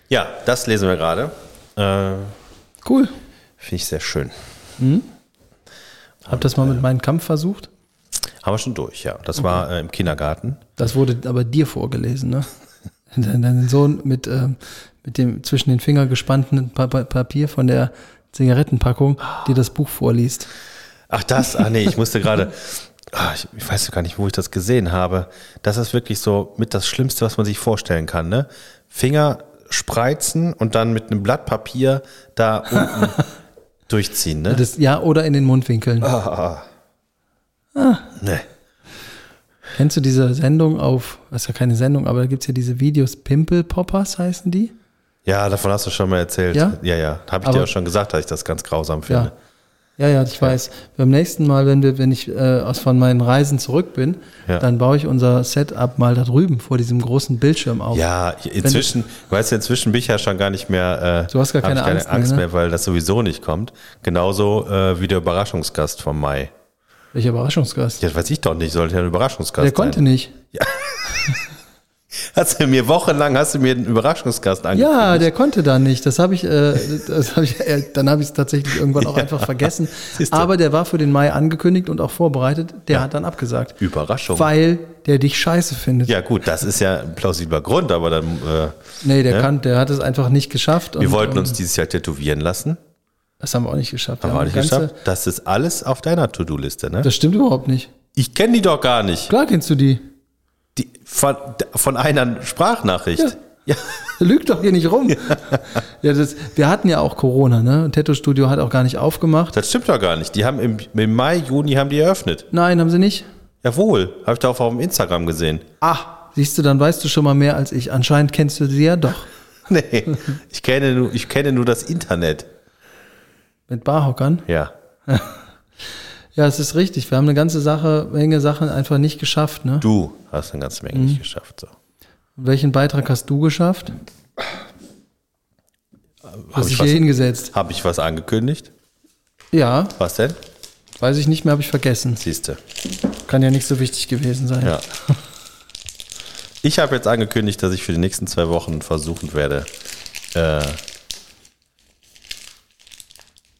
A: Ja, das lesen wir gerade. Äh,
B: Cool.
A: Finde ich sehr schön.
B: Hab das mal
A: Äh.
B: mit meinem Kampf versucht.
A: Haben wir schon durch, ja. Das war äh, im Kindergarten.
B: Das wurde aber dir vorgelesen, ne? Dein dein Sohn mit, ähm, mit dem zwischen den Finger gespannten pa pa Papier von der Zigarettenpackung, die das Buch vorliest.
A: Ach das, ach nee, ich musste gerade, Ah, ich, ich weiß gar nicht, wo ich das gesehen habe. Das ist wirklich so mit das Schlimmste, was man sich vorstellen kann. Ne? Finger spreizen und dann mit einem Blatt Papier da unten durchziehen. Ne?
B: Das, ja, oder in den Mundwinkeln.
A: Ah.
B: Ah.
A: Nee.
B: Kennst du diese Sendung auf, das ist ja keine Sendung, aber da gibt's ja diese Videos, Pimple Poppers heißen die?
A: Ja, davon hast du schon mal erzählt.
B: Ja?
A: ja. ja. Habe ich dir
B: Aber-
A: auch schon gesagt, dass ich das ganz grausam finde.
B: Ja. Ja, ja, ich weiß. Beim nächsten Mal, wenn wir, wenn ich äh, aus von meinen Reisen zurück bin,
A: Ja.
B: dann baue ich unser Setup mal da drüben vor diesem großen Bildschirm auf.
A: Ja, inzwischen, weißt du, inzwischen bin ich ja schon gar nicht mehr. Äh,
B: Du hast gar
A: hab
B: keine
A: ich
B: Angst mehr, ne?
A: weil das sowieso nicht kommt. Genauso äh, wie der Überraschungsgast vom Mai.
B: Welcher Überraschungsgast?
A: Ja, weiß ich doch nicht, sollte ja ein Überraschungsgast
B: Der
A: sein.
B: konnte nicht.
A: Hast du mir wochenlang hast du mir einen Überraschungsgast angekündigt?
B: Ja, der konnte da nicht. Das habe ich, äh, das hab ich äh, dann habe ich es tatsächlich irgendwann auch einfach vergessen.
A: Siehst du.
B: Aber der war für den Mai angekündigt und auch vorbereitet. Der hat dann abgesagt.
A: Überraschung.
B: Weil der dich scheiße findet.
A: ja, gut, das ist ja ein plausibler Grund, aber dann äh,
B: Nee, der kann, der hat es einfach nicht geschafft.
A: wir wollten uns dieses Jahr tätowieren lassen.
B: Das haben wir auch nicht geschafft. Wir
A: Haben wir auch nicht
B: ganze-
A: geschafft. Das ist alles auf deiner To-Do-Liste, ne?
B: Das stimmt überhaupt nicht.
A: Ich kenne die doch gar nicht.
B: Klar kennst du die.
A: Die, von, von einer Sprachnachricht. Ja.
B: Lüg doch hier nicht rum. Ja. das, wir hatten ja auch Corona, ne? Und Tattoo Studio hat auch gar nicht aufgemacht.
A: das stimmt doch gar nicht. Die haben im, im Mai, Juni haben die eröffnet.
B: Nein, haben sie nicht.
A: Jawohl, habe ich da auf dem Instagram gesehen.
B: Ah, siehst du, dann weißt du schon mal mehr als ich. Anscheinend kennst du sie ja doch.
A: Nee, ich kenne nur, ich kenne nur das Internet.
B: Mit Barhockern.
A: Ja.
B: Ja, es ist richtig. Wir haben eine ganze Sache, Menge Sachen einfach nicht geschafft, ne?
A: Du hast eine ganze Menge nicht
B: Mhm.
A: geschafft. So.
B: Welchen Beitrag hast du geschafft?
A: Habe
B: Hast
A: ich,
B: dich hier
A: was-
B: hingesetzt?
A: hab ich was angekündigt?
B: Ja,
A: Was denn?
B: weiß ich nicht mehr, habe ich vergessen.
A: Siehste.
B: Kann ja nicht so wichtig gewesen sein.
A: Ja. Ich habe jetzt angekündigt, dass ich für die nächsten zwei Wochen versuchen werde. Äh,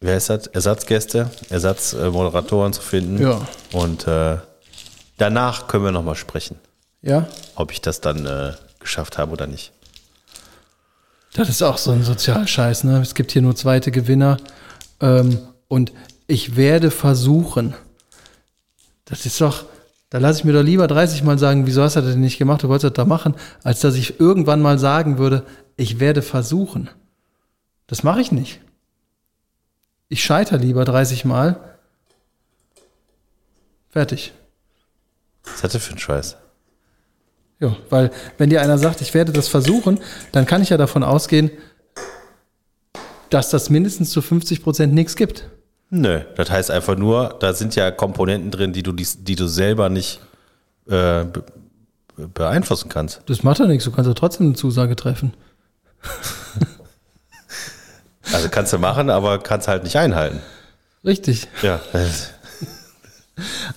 A: wer ist das? Ersatzgäste, Ersatzmoderatoren zu finden.
B: Ja.
A: Und äh, danach können wir nochmal sprechen,
B: Ja?
A: ob ich das dann äh, geschafft habe oder nicht.
B: Das ist auch so ein Sozialscheiß, ne? Es gibt hier nur zweite Gewinner. Ähm, und ich werde versuchen. Das ist doch, da lasse ich mir doch lieber 30 Mal sagen, wieso hast du das denn nicht gemacht, du wolltest das da machen, als dass ich irgendwann mal sagen würde, ich werde versuchen. Das mache ich nicht. Ich scheitere lieber 30 Mal. Fertig.
A: Was hatte für ein Scheiß?
B: Ja, weil wenn dir einer sagt, ich werde das versuchen, dann kann ich ja davon ausgehen, dass das mindestens zu 50 Prozent nichts gibt.
A: Nö, das heißt einfach nur, da sind ja Komponenten drin, die du, dies- die du selber nicht äh, be beeinflussen kannst.
B: Das macht ja nichts, du kannst ja trotzdem eine Zusage treffen.
A: Also kannst du machen, aber kannst halt nicht einhalten.
B: Richtig.
A: Ja.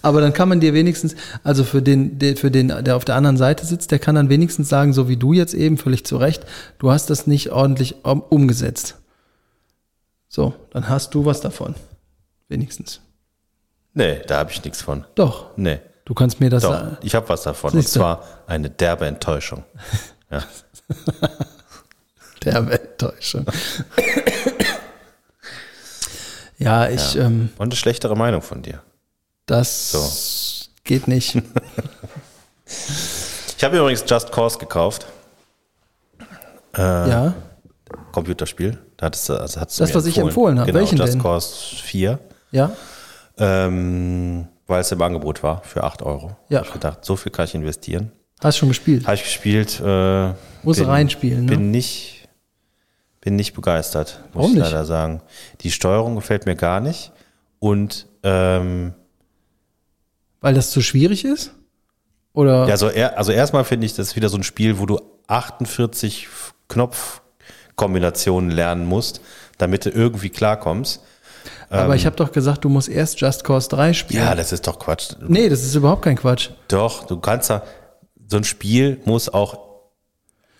B: Aber dann kann man dir wenigstens, also für den, der, für den, der auf der anderen Seite sitzt, der kann dann wenigstens sagen, so wie du jetzt eben, völlig zu Recht, du hast das nicht ordentlich um- umgesetzt. So, dann hast du was davon. Wenigstens.
A: Nee, da habe ich nichts von.
B: Doch.
A: Nee.
B: Du kannst mir das sagen.
A: Doch, ich habe was davon.
B: Siehst du.
A: Und zwar eine derbe Enttäuschung. Ja.
B: Der Welttäuschung. ja, ich, Ähm,
A: Und eine schlechtere Meinung von dir.
B: das geht nicht.
A: Ich habe übrigens Just Cause gekauft.
B: ja,
A: Computerspiel. Da hattest du, also hattest du
B: Das,
A: mir
B: was ich empfohlen habe.
A: Genau,
B: Welchen
A: Just
B: denn?
A: Cause 4.
B: ja.
A: Ähm, weil es im Angebot war für 8 Euro.
B: Ja.
A: Hab Ich gedacht, so viel kann ich investieren.
B: Hast schon gespielt.
A: Habe ich gespielt. Äh,
B: Muss reinspielen, ne?
A: Bin nicht, bin nicht begeistert, muss
B: Warum
A: ich
B: nicht?
A: leider sagen. Die Steuerung gefällt mir gar nicht. Und ähm,
B: Weil das zu schwierig ist? Oder?
A: ja, so er, also erstmal finde ich, das ist wieder so ein Spiel, wo du 48 Knopfkombinationen lernen musst, damit du irgendwie klarkommst.
B: aber ich habe doch gesagt, du musst erst Just Cause 3 spielen.
A: Ja, das ist doch Quatsch.
B: nee, das ist überhaupt kein Quatsch.
A: Doch, du kannst ja, so ein Spiel muss auch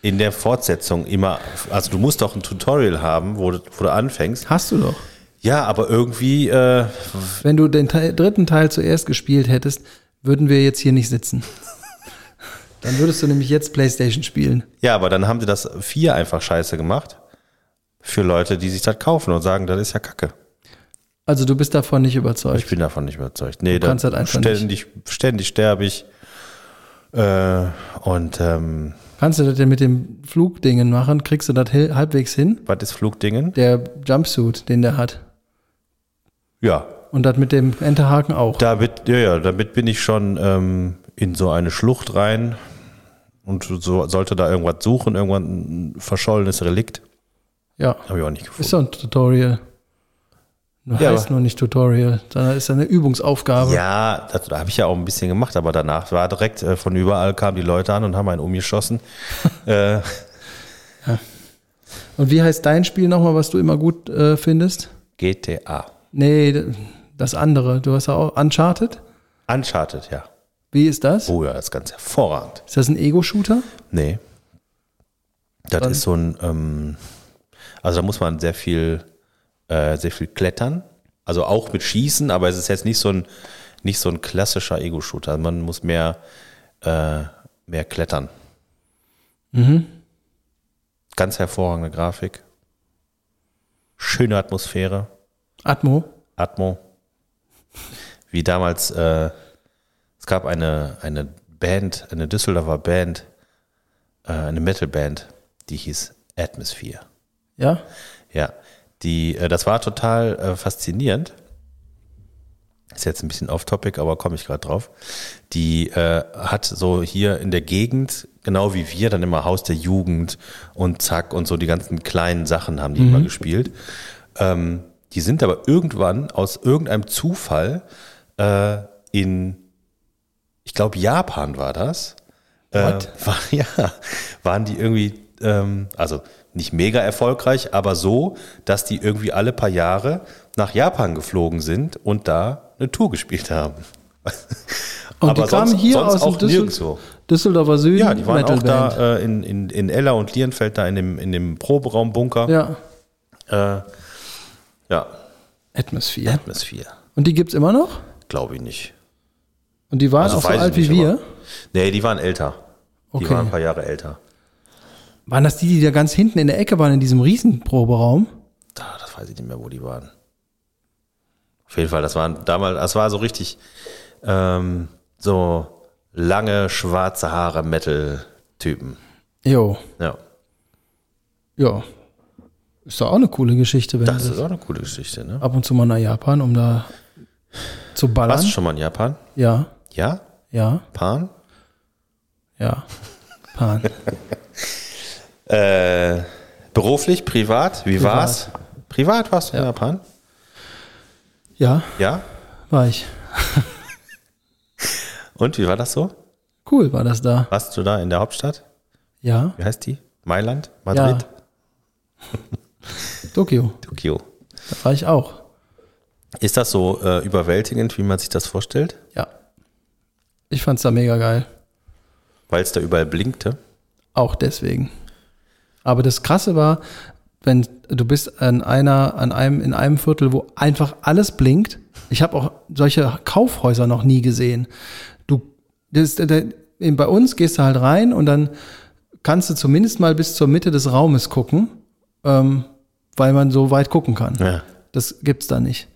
A: in der Fortsetzung immer, also du musst doch ein Tutorial haben, wo du, wo du anfängst.
B: Hast du doch.
A: Ja, aber irgendwie, äh,
B: Wenn du den Teil, dritten Teil zuerst gespielt hättest, würden wir jetzt hier nicht sitzen. Dann würdest du nämlich jetzt Playstation spielen.
A: ja, aber dann haben sie das vier einfach scheiße gemacht für Leute, die sich das kaufen und sagen, das ist ja Kacke.
B: Also du bist davon nicht
A: Ich
B: überzeugt.
A: bin davon nicht überzeugt. Nee,
B: kannst
A: da
B: das einfach
A: ständig, ständig sterbe ich. Äh, und ähm,
B: Kannst du das denn mit dem Flugdingen machen? Kriegst du das hel- halbwegs hin?
A: was ist Flugdingen?
B: Der Jumpsuit, den der hat.
A: Ja,
B: Und das mit dem Enterhaken auch.
A: damit, ja, ja, damit bin ich schon ähm, in so eine Schlucht rein und so, sollte da irgendwas suchen, irgendwann ein verschollenes Relikt.
B: ja.
A: Habe ich auch nicht
B: Ist
A: gefunden.
B: so ein Tutorial. Nur
A: Ja,
B: heißt
A: aber-
B: nur nicht Tutorial, sondern ist eine Übungsaufgabe.
A: Ja, das habe ich ja auch ein bisschen gemacht, aber danach war direkt äh, von überall kamen die Leute an und haben einen umgeschossen. äh,
B: Und wie heißt dein Spiel nochmal, was du immer gut äh, findest?
A: GTA.
B: Nee, d- das andere. Du hast ja auch Uncharted.
A: Uncharted, ja.
B: Wie ist das?
A: Oh ja, das ist ganz hervorragend.
B: Ist das ein Ego-Shooter?
A: Nee. Das ist so ein, ähm, also da muss man sehr viel, äh, sehr viel klettern. Also auch mit Schießen, aber es ist jetzt nicht so ein, nicht so ein klassischer Ego-Shooter. Also man muss mehr, äh, mehr klettern. Ganz hervorragende Grafik. Schöne Atmosphäre.
B: Atmo.
A: Atmo. Wie damals, äh, es gab eine, eine Band, eine Düsseldorfer Band, äh, eine Metalband, die hieß Atmosphere.
B: Ja?
A: Ja, die, äh, das war total äh, faszinierend. Ist jetzt ein bisschen off-topic, aber komme ich gerade drauf. Die äh, hat so hier in der Gegend, genau wie wir, dann immer Haus der Jugend und Zack und so die ganzen kleinen Sachen haben die immer gespielt. Ähm, die sind aber irgendwann aus irgendeinem Zufall äh, in, ich glaube, Japan war das. Äh,
B: What?
A: war, ja, waren die irgendwie, ähm, also nicht mega erfolgreich, aber so, dass die irgendwie alle paar Jahre nach Japan geflogen sind und da eine Tour gespielt haben.
B: Und
A: Aber
B: die kamen
A: sonst-
B: hier
A: sonst
B: aus dem
A: auch nirgendwo.
B: Düsseldorfer Süden.
A: Ja, die waren auch
B: Metalband.
A: da äh, in, in, in Ella und Lierenfeld, da in dem, in dem Proberaumbunker.
B: Ja.
A: Ja. Äh, ja,
B: Atmosphäre.
A: Atmosphäre.
B: Und die gibt's immer noch?
A: Glaube ich nicht.
B: Und die waren
A: Also
B: Ah, auch so
A: weiß ich
B: alt
A: nicht,
B: wie wir?
A: aber- Nee, die waren älter. Die
B: Okay.
A: waren ein paar Jahre älter.
B: Waren das die, die da ganz hinten in der Ecke waren, in diesem Riesenproberaum?
A: Da, das weiß ich nicht mehr, wo die waren. Auf jeden Fall, das waren damals, das war so richtig ähm, so lange schwarze Haare Metal-Typen.
B: Jo,
A: Ja.
B: ja. Ist doch auch eine coole Geschichte, wenn
A: Das
B: du
A: ist auch eine coole Geschichte, ne?
B: ab und zu mal nach Japan, um da zu ballern.
A: Warst du schon mal in Japan?
B: Ja,
A: Ja?
B: ja,
A: Pan?
B: ja. Pan.
A: Äh, beruflich, privat? Wie
B: Privat.
A: war's? Privat warst du in Japan?
B: Ja,
A: Ja.
B: war ich.
A: Und wie war das so?
B: Cool war das da.
A: Warst du da in der Hauptstadt?
B: Ja,
A: Wie heißt die? Mailand?
B: ja.
A: Madrid?
B: Tokio,
A: Tokio.
B: da war ich auch.
A: Ist das so äh, überwältigend, wie man sich das vorstellt?
B: Ja. Ich fand's da mega geil.
A: Weil es da überall blinkte?
B: Auch deswegen. Aber das Krasse war, wenn du bist an einer, an einem, in einem Viertel, wo einfach alles blinkt. Ich habe auch solche Kaufhäuser noch nie gesehen. Du, das, der, der, bei uns gehst du halt rein und dann kannst du zumindest mal bis zur Mitte des Raumes gucken, ähm, weil man so weit gucken kann.
A: Ja.
B: Das gibt's da nicht.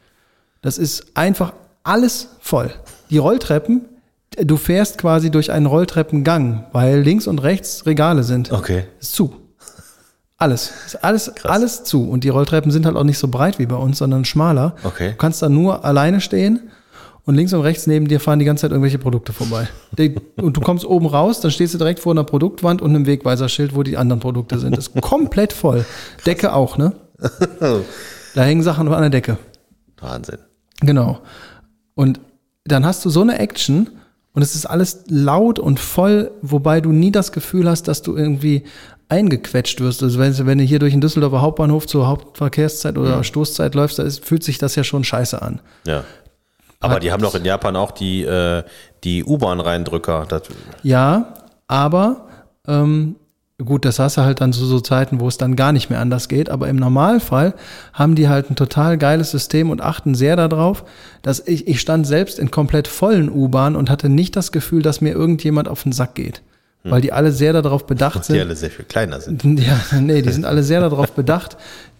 B: Das ist einfach alles voll. Die Rolltreppen, du fährst quasi durch einen Rolltreppengang, weil links und rechts Regale sind.
A: Okay.
B: Ist zu. Alles. Ist alles, alles zu. Und die Rolltreppen sind halt auch nicht so breit wie bei uns, sondern schmaler.
A: Okay.
B: Du kannst da nur alleine stehen und links und rechts neben dir fahren die ganze Zeit irgendwelche Produkte vorbei. Die- Und du kommst oben raus, dann stehst du direkt vor einer Produktwand und einem Wegweiserschild, wo die anderen Produkte sind. Ist komplett voll. Decke auch, ne? Da hängen Sachen an der Decke.
A: Wahnsinn.
B: Genau. Und dann hast du so eine Action und es ist alles laut und voll, wobei du nie das Gefühl hast, dass du irgendwie eingequetscht wirst. Also wenn, wenn du hier durch den Düsseldorfer Hauptbahnhof zur Hauptverkehrszeit oder Stoßzeit läufst, da ist, fühlt sich das ja schon scheiße an.
A: Ja. Aber die haben doch in Japan auch die, äh, die U-Bahn-Reindrücker. Das-
B: Ja, aber ähm, gut, das hast du halt dann zu so Zeiten, wo es dann gar nicht mehr anders geht. Aber im Normalfall haben die halt ein total geiles System und achten sehr darauf, dass ich, ich stand selbst in komplett vollen U-Bahn und hatte nicht das Gefühl, dass mir irgendjemand auf den Sack geht. Weil die alle sehr darauf bedacht
A: Hm. Die
B: sind,
A: alle sehr viel kleiner sind.
B: ja, nee, die sind alle sehr darauf bedacht,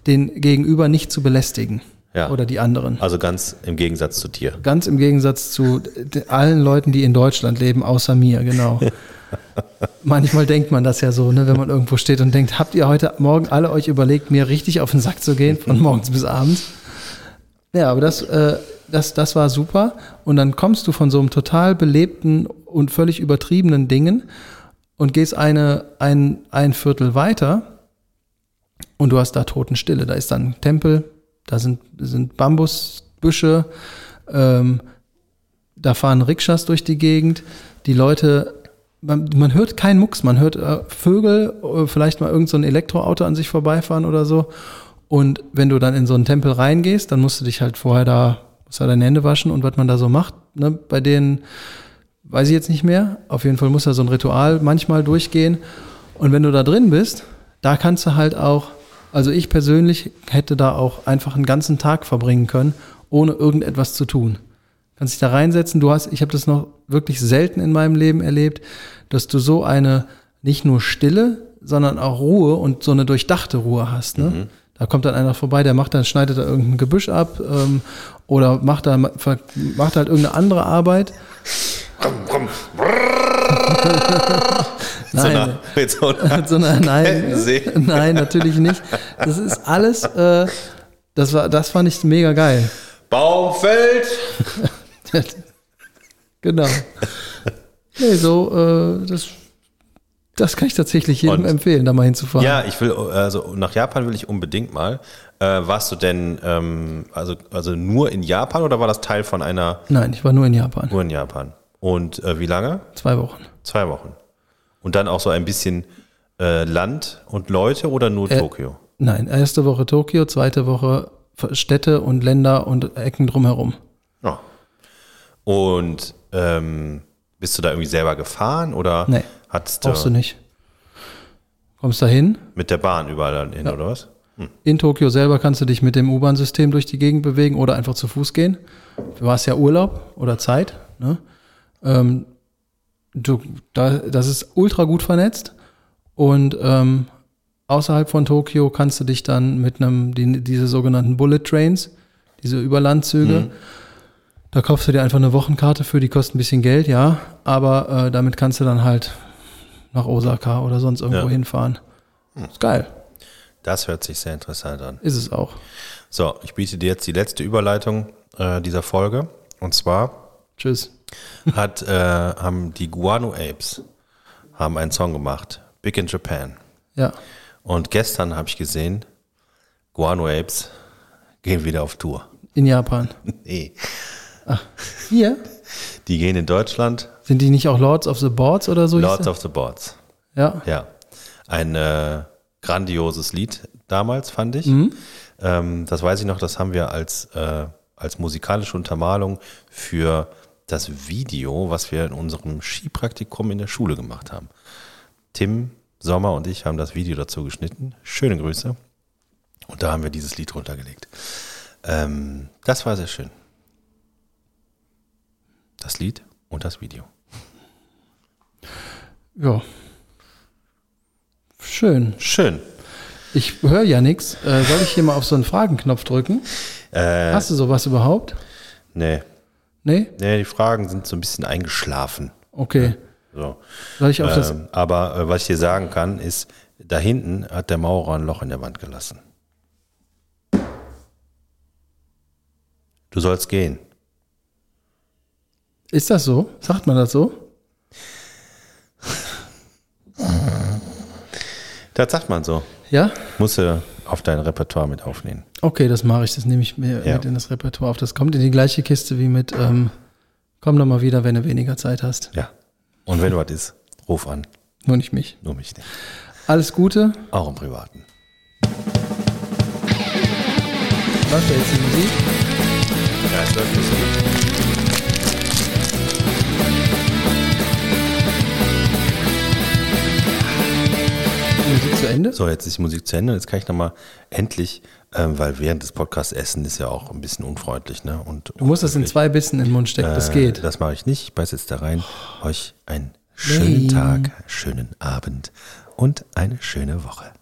B: den Gegenüber nicht zu belästigen.
A: Ja.
B: Oder die anderen.
A: Also ganz im Gegensatz zu dir.
B: Ganz im Gegensatz zu d- allen Leuten, die in Deutschland leben, außer mir, genau. Manchmal denkt man das ja so, ne, wenn man irgendwo steht und denkt, habt ihr heute Morgen alle euch überlegt, mir richtig auf den Sack zu gehen, von morgens bis abends? Ja, aber das, äh, das, das war super. Und dann kommst du von so einem total belebten und völlig übertriebenen Dingen und gehst eine, ein, ein Viertel weiter und du hast da Totenstille. Da ist dann ein Tempel, da sind, sind Bambusbüsche, ähm, da fahren Rikschas durch die Gegend. Die Leute, man, man hört keinen Mucks, man hört äh, Vögel, äh, vielleicht mal irgendein so ein Elektroauto an sich vorbeifahren oder so. Und wenn du dann in so einen Tempel reingehst, dann musst du dich halt vorher da, musst du deine Hände waschen und was man da so macht, ne, bei denen, weiß ich jetzt nicht mehr. Auf jeden Fall muss da so ein Ritual manchmal durchgehen. Und wenn du da drin bist, da kannst du halt auch, also ich persönlich hätte da auch einfach einen ganzen Tag verbringen können, ohne irgendetwas zu tun. Kannst dich da reinsetzen. Du hast, ich habe das noch wirklich selten in meinem Leben erlebt, dass du so eine nicht nur Stille, sondern auch Ruhe und so eine durchdachte Ruhe hast. Ne? Da kommt dann einer vorbei, der macht dann, schneidet da irgendein Gebüsch ab ähm, oder macht, da, ver- macht halt irgendeine andere Arbeit.
A: Mit so einer, mit so einer
B: Mit so einer, nein,
A: Kettensäge.
B: nein, natürlich nicht. Das ist alles, äh, das, war, das fand ich mega geil.
A: Baumfeld!
B: genau. Nee, so, äh, das, das kann ich tatsächlich jedem
A: Und-
B: empfehlen, da mal hinzufahren.
A: Ja, ich will, also nach Japan will ich unbedingt mal. Äh, warst du denn, ähm, also, also nur in Japan oder war das Teil von einer
B: Nein, ich war nur in Japan.
A: Nur in Japan? Und äh, wie lange?
B: Zwei Wochen.
A: Zwei Wochen. Und dann auch so ein bisschen äh, Land und Leute oder nur
B: Äh.
A: Tokio?
B: Nein, erste Woche Tokio, zweite Woche Städte und Länder und Ecken drumherum.
A: Ja. Und ähm, bist du da irgendwie selber gefahren oder
B: Nee.
A: hattest
B: Brauchst
A: du
B: du nicht. Kommst da hin,
A: mit der Bahn überall dann hin oder was?
B: In Tokio selber kannst du dich mit dem U-Bahn-System durch die Gegend bewegen oder einfach zu Fuß gehen. Du hast ja Urlaub oder Zeit. Ne? Ähm, du, da, das ist ultra gut vernetzt. Und ähm, außerhalb von Tokio kannst du dich dann mit einem, die, diese sogenannten Bullet Trains, diese Überlandzüge, da kaufst du dir einfach eine Wochenkarte für, die kostet ein bisschen Geld, ja. Aber äh, damit kannst du dann halt nach Osaka oder sonst irgendwo
A: Ja.
B: hinfahren. Ist geil.
A: Das hört sich sehr interessant an.
B: Ist es auch.
A: So, ich biete dir jetzt die letzte Überleitung äh, dieser Folge. Und zwar
B: Tschüss.
A: hat, äh, haben die Guano Apes haben einen Song gemacht, Big in Japan.
B: Ja.
A: Und gestern habe ich gesehen, Guano Apes gehen wieder auf Tour.
B: In Japan.
A: Nee,
B: Hier?
A: die gehen in Deutschland,
B: Sind die nicht auch Lords of the Boards oder so? hieß
A: Lords
B: der?
A: of the Boards.
B: ja.
A: Ja, ein äh, grandioses Lied damals, fand ich. Ähm, das weiß ich noch, das haben wir als, äh, als musikalische Untermalung für das Video, was wir in unserem Skipraktikum in der Schule gemacht haben. Tim Sommer und ich haben das Video dazu geschnitten. Schöne Grüße. Und da haben wir dieses Lied runtergelegt. Ähm, das war sehr schön. Das Lied und das Video.
B: Ja. Schön.
A: Schön.
B: Ich höre ja nichts. Äh, soll ich hier mal auf so einen Fragenknopf drücken?
A: Äh,
B: Hast du sowas überhaupt?
A: nee.
B: Nee?
A: Nee, die Fragen sind so ein bisschen eingeschlafen.
B: Okay.
A: So.
B: Soll ich auf das.
A: Ähm, aber äh, was ich dir sagen kann, ist, da hinten hat der Maurer ein Loch in der Wand gelassen. Du sollst gehen.
B: Ist das so? Sagt man das so?
A: Das sagt man so.
B: Ja?
A: Musst du auf dein Repertoire mit aufnehmen.
B: Okay, das mache ich. Das nehme ich mir
A: Ja.
B: mit in das Repertoire auf. Das kommt in die gleiche Kiste wie mit ähm, Komm doch mal wieder, wenn du weniger Zeit hast.
A: Ja. Und wenn was ist, ruf an.
B: Nur nicht mich.
A: Nur mich nicht.
B: Alles Gute.
A: Auch im Privaten.
B: Läuft da jetzt die Musik?
A: Ja, es läuft nicht so gut.
B: Die Musik zu Ende?
A: So, jetzt ist die Musik zu Ende. Jetzt kann ich nochmal endlich, ähm, weil während des Podcasts essen ist ja auch ein bisschen unfreundlich. Ne? Und
B: Du musst das in zwei Bissen in den Mund stecken. Das
A: Äh,
B: geht.
A: Das mache ich nicht. Ich beiß jetzt da rein. Euch einen schönen
B: Nein.
A: Tag, schönen Abend und eine schöne Woche.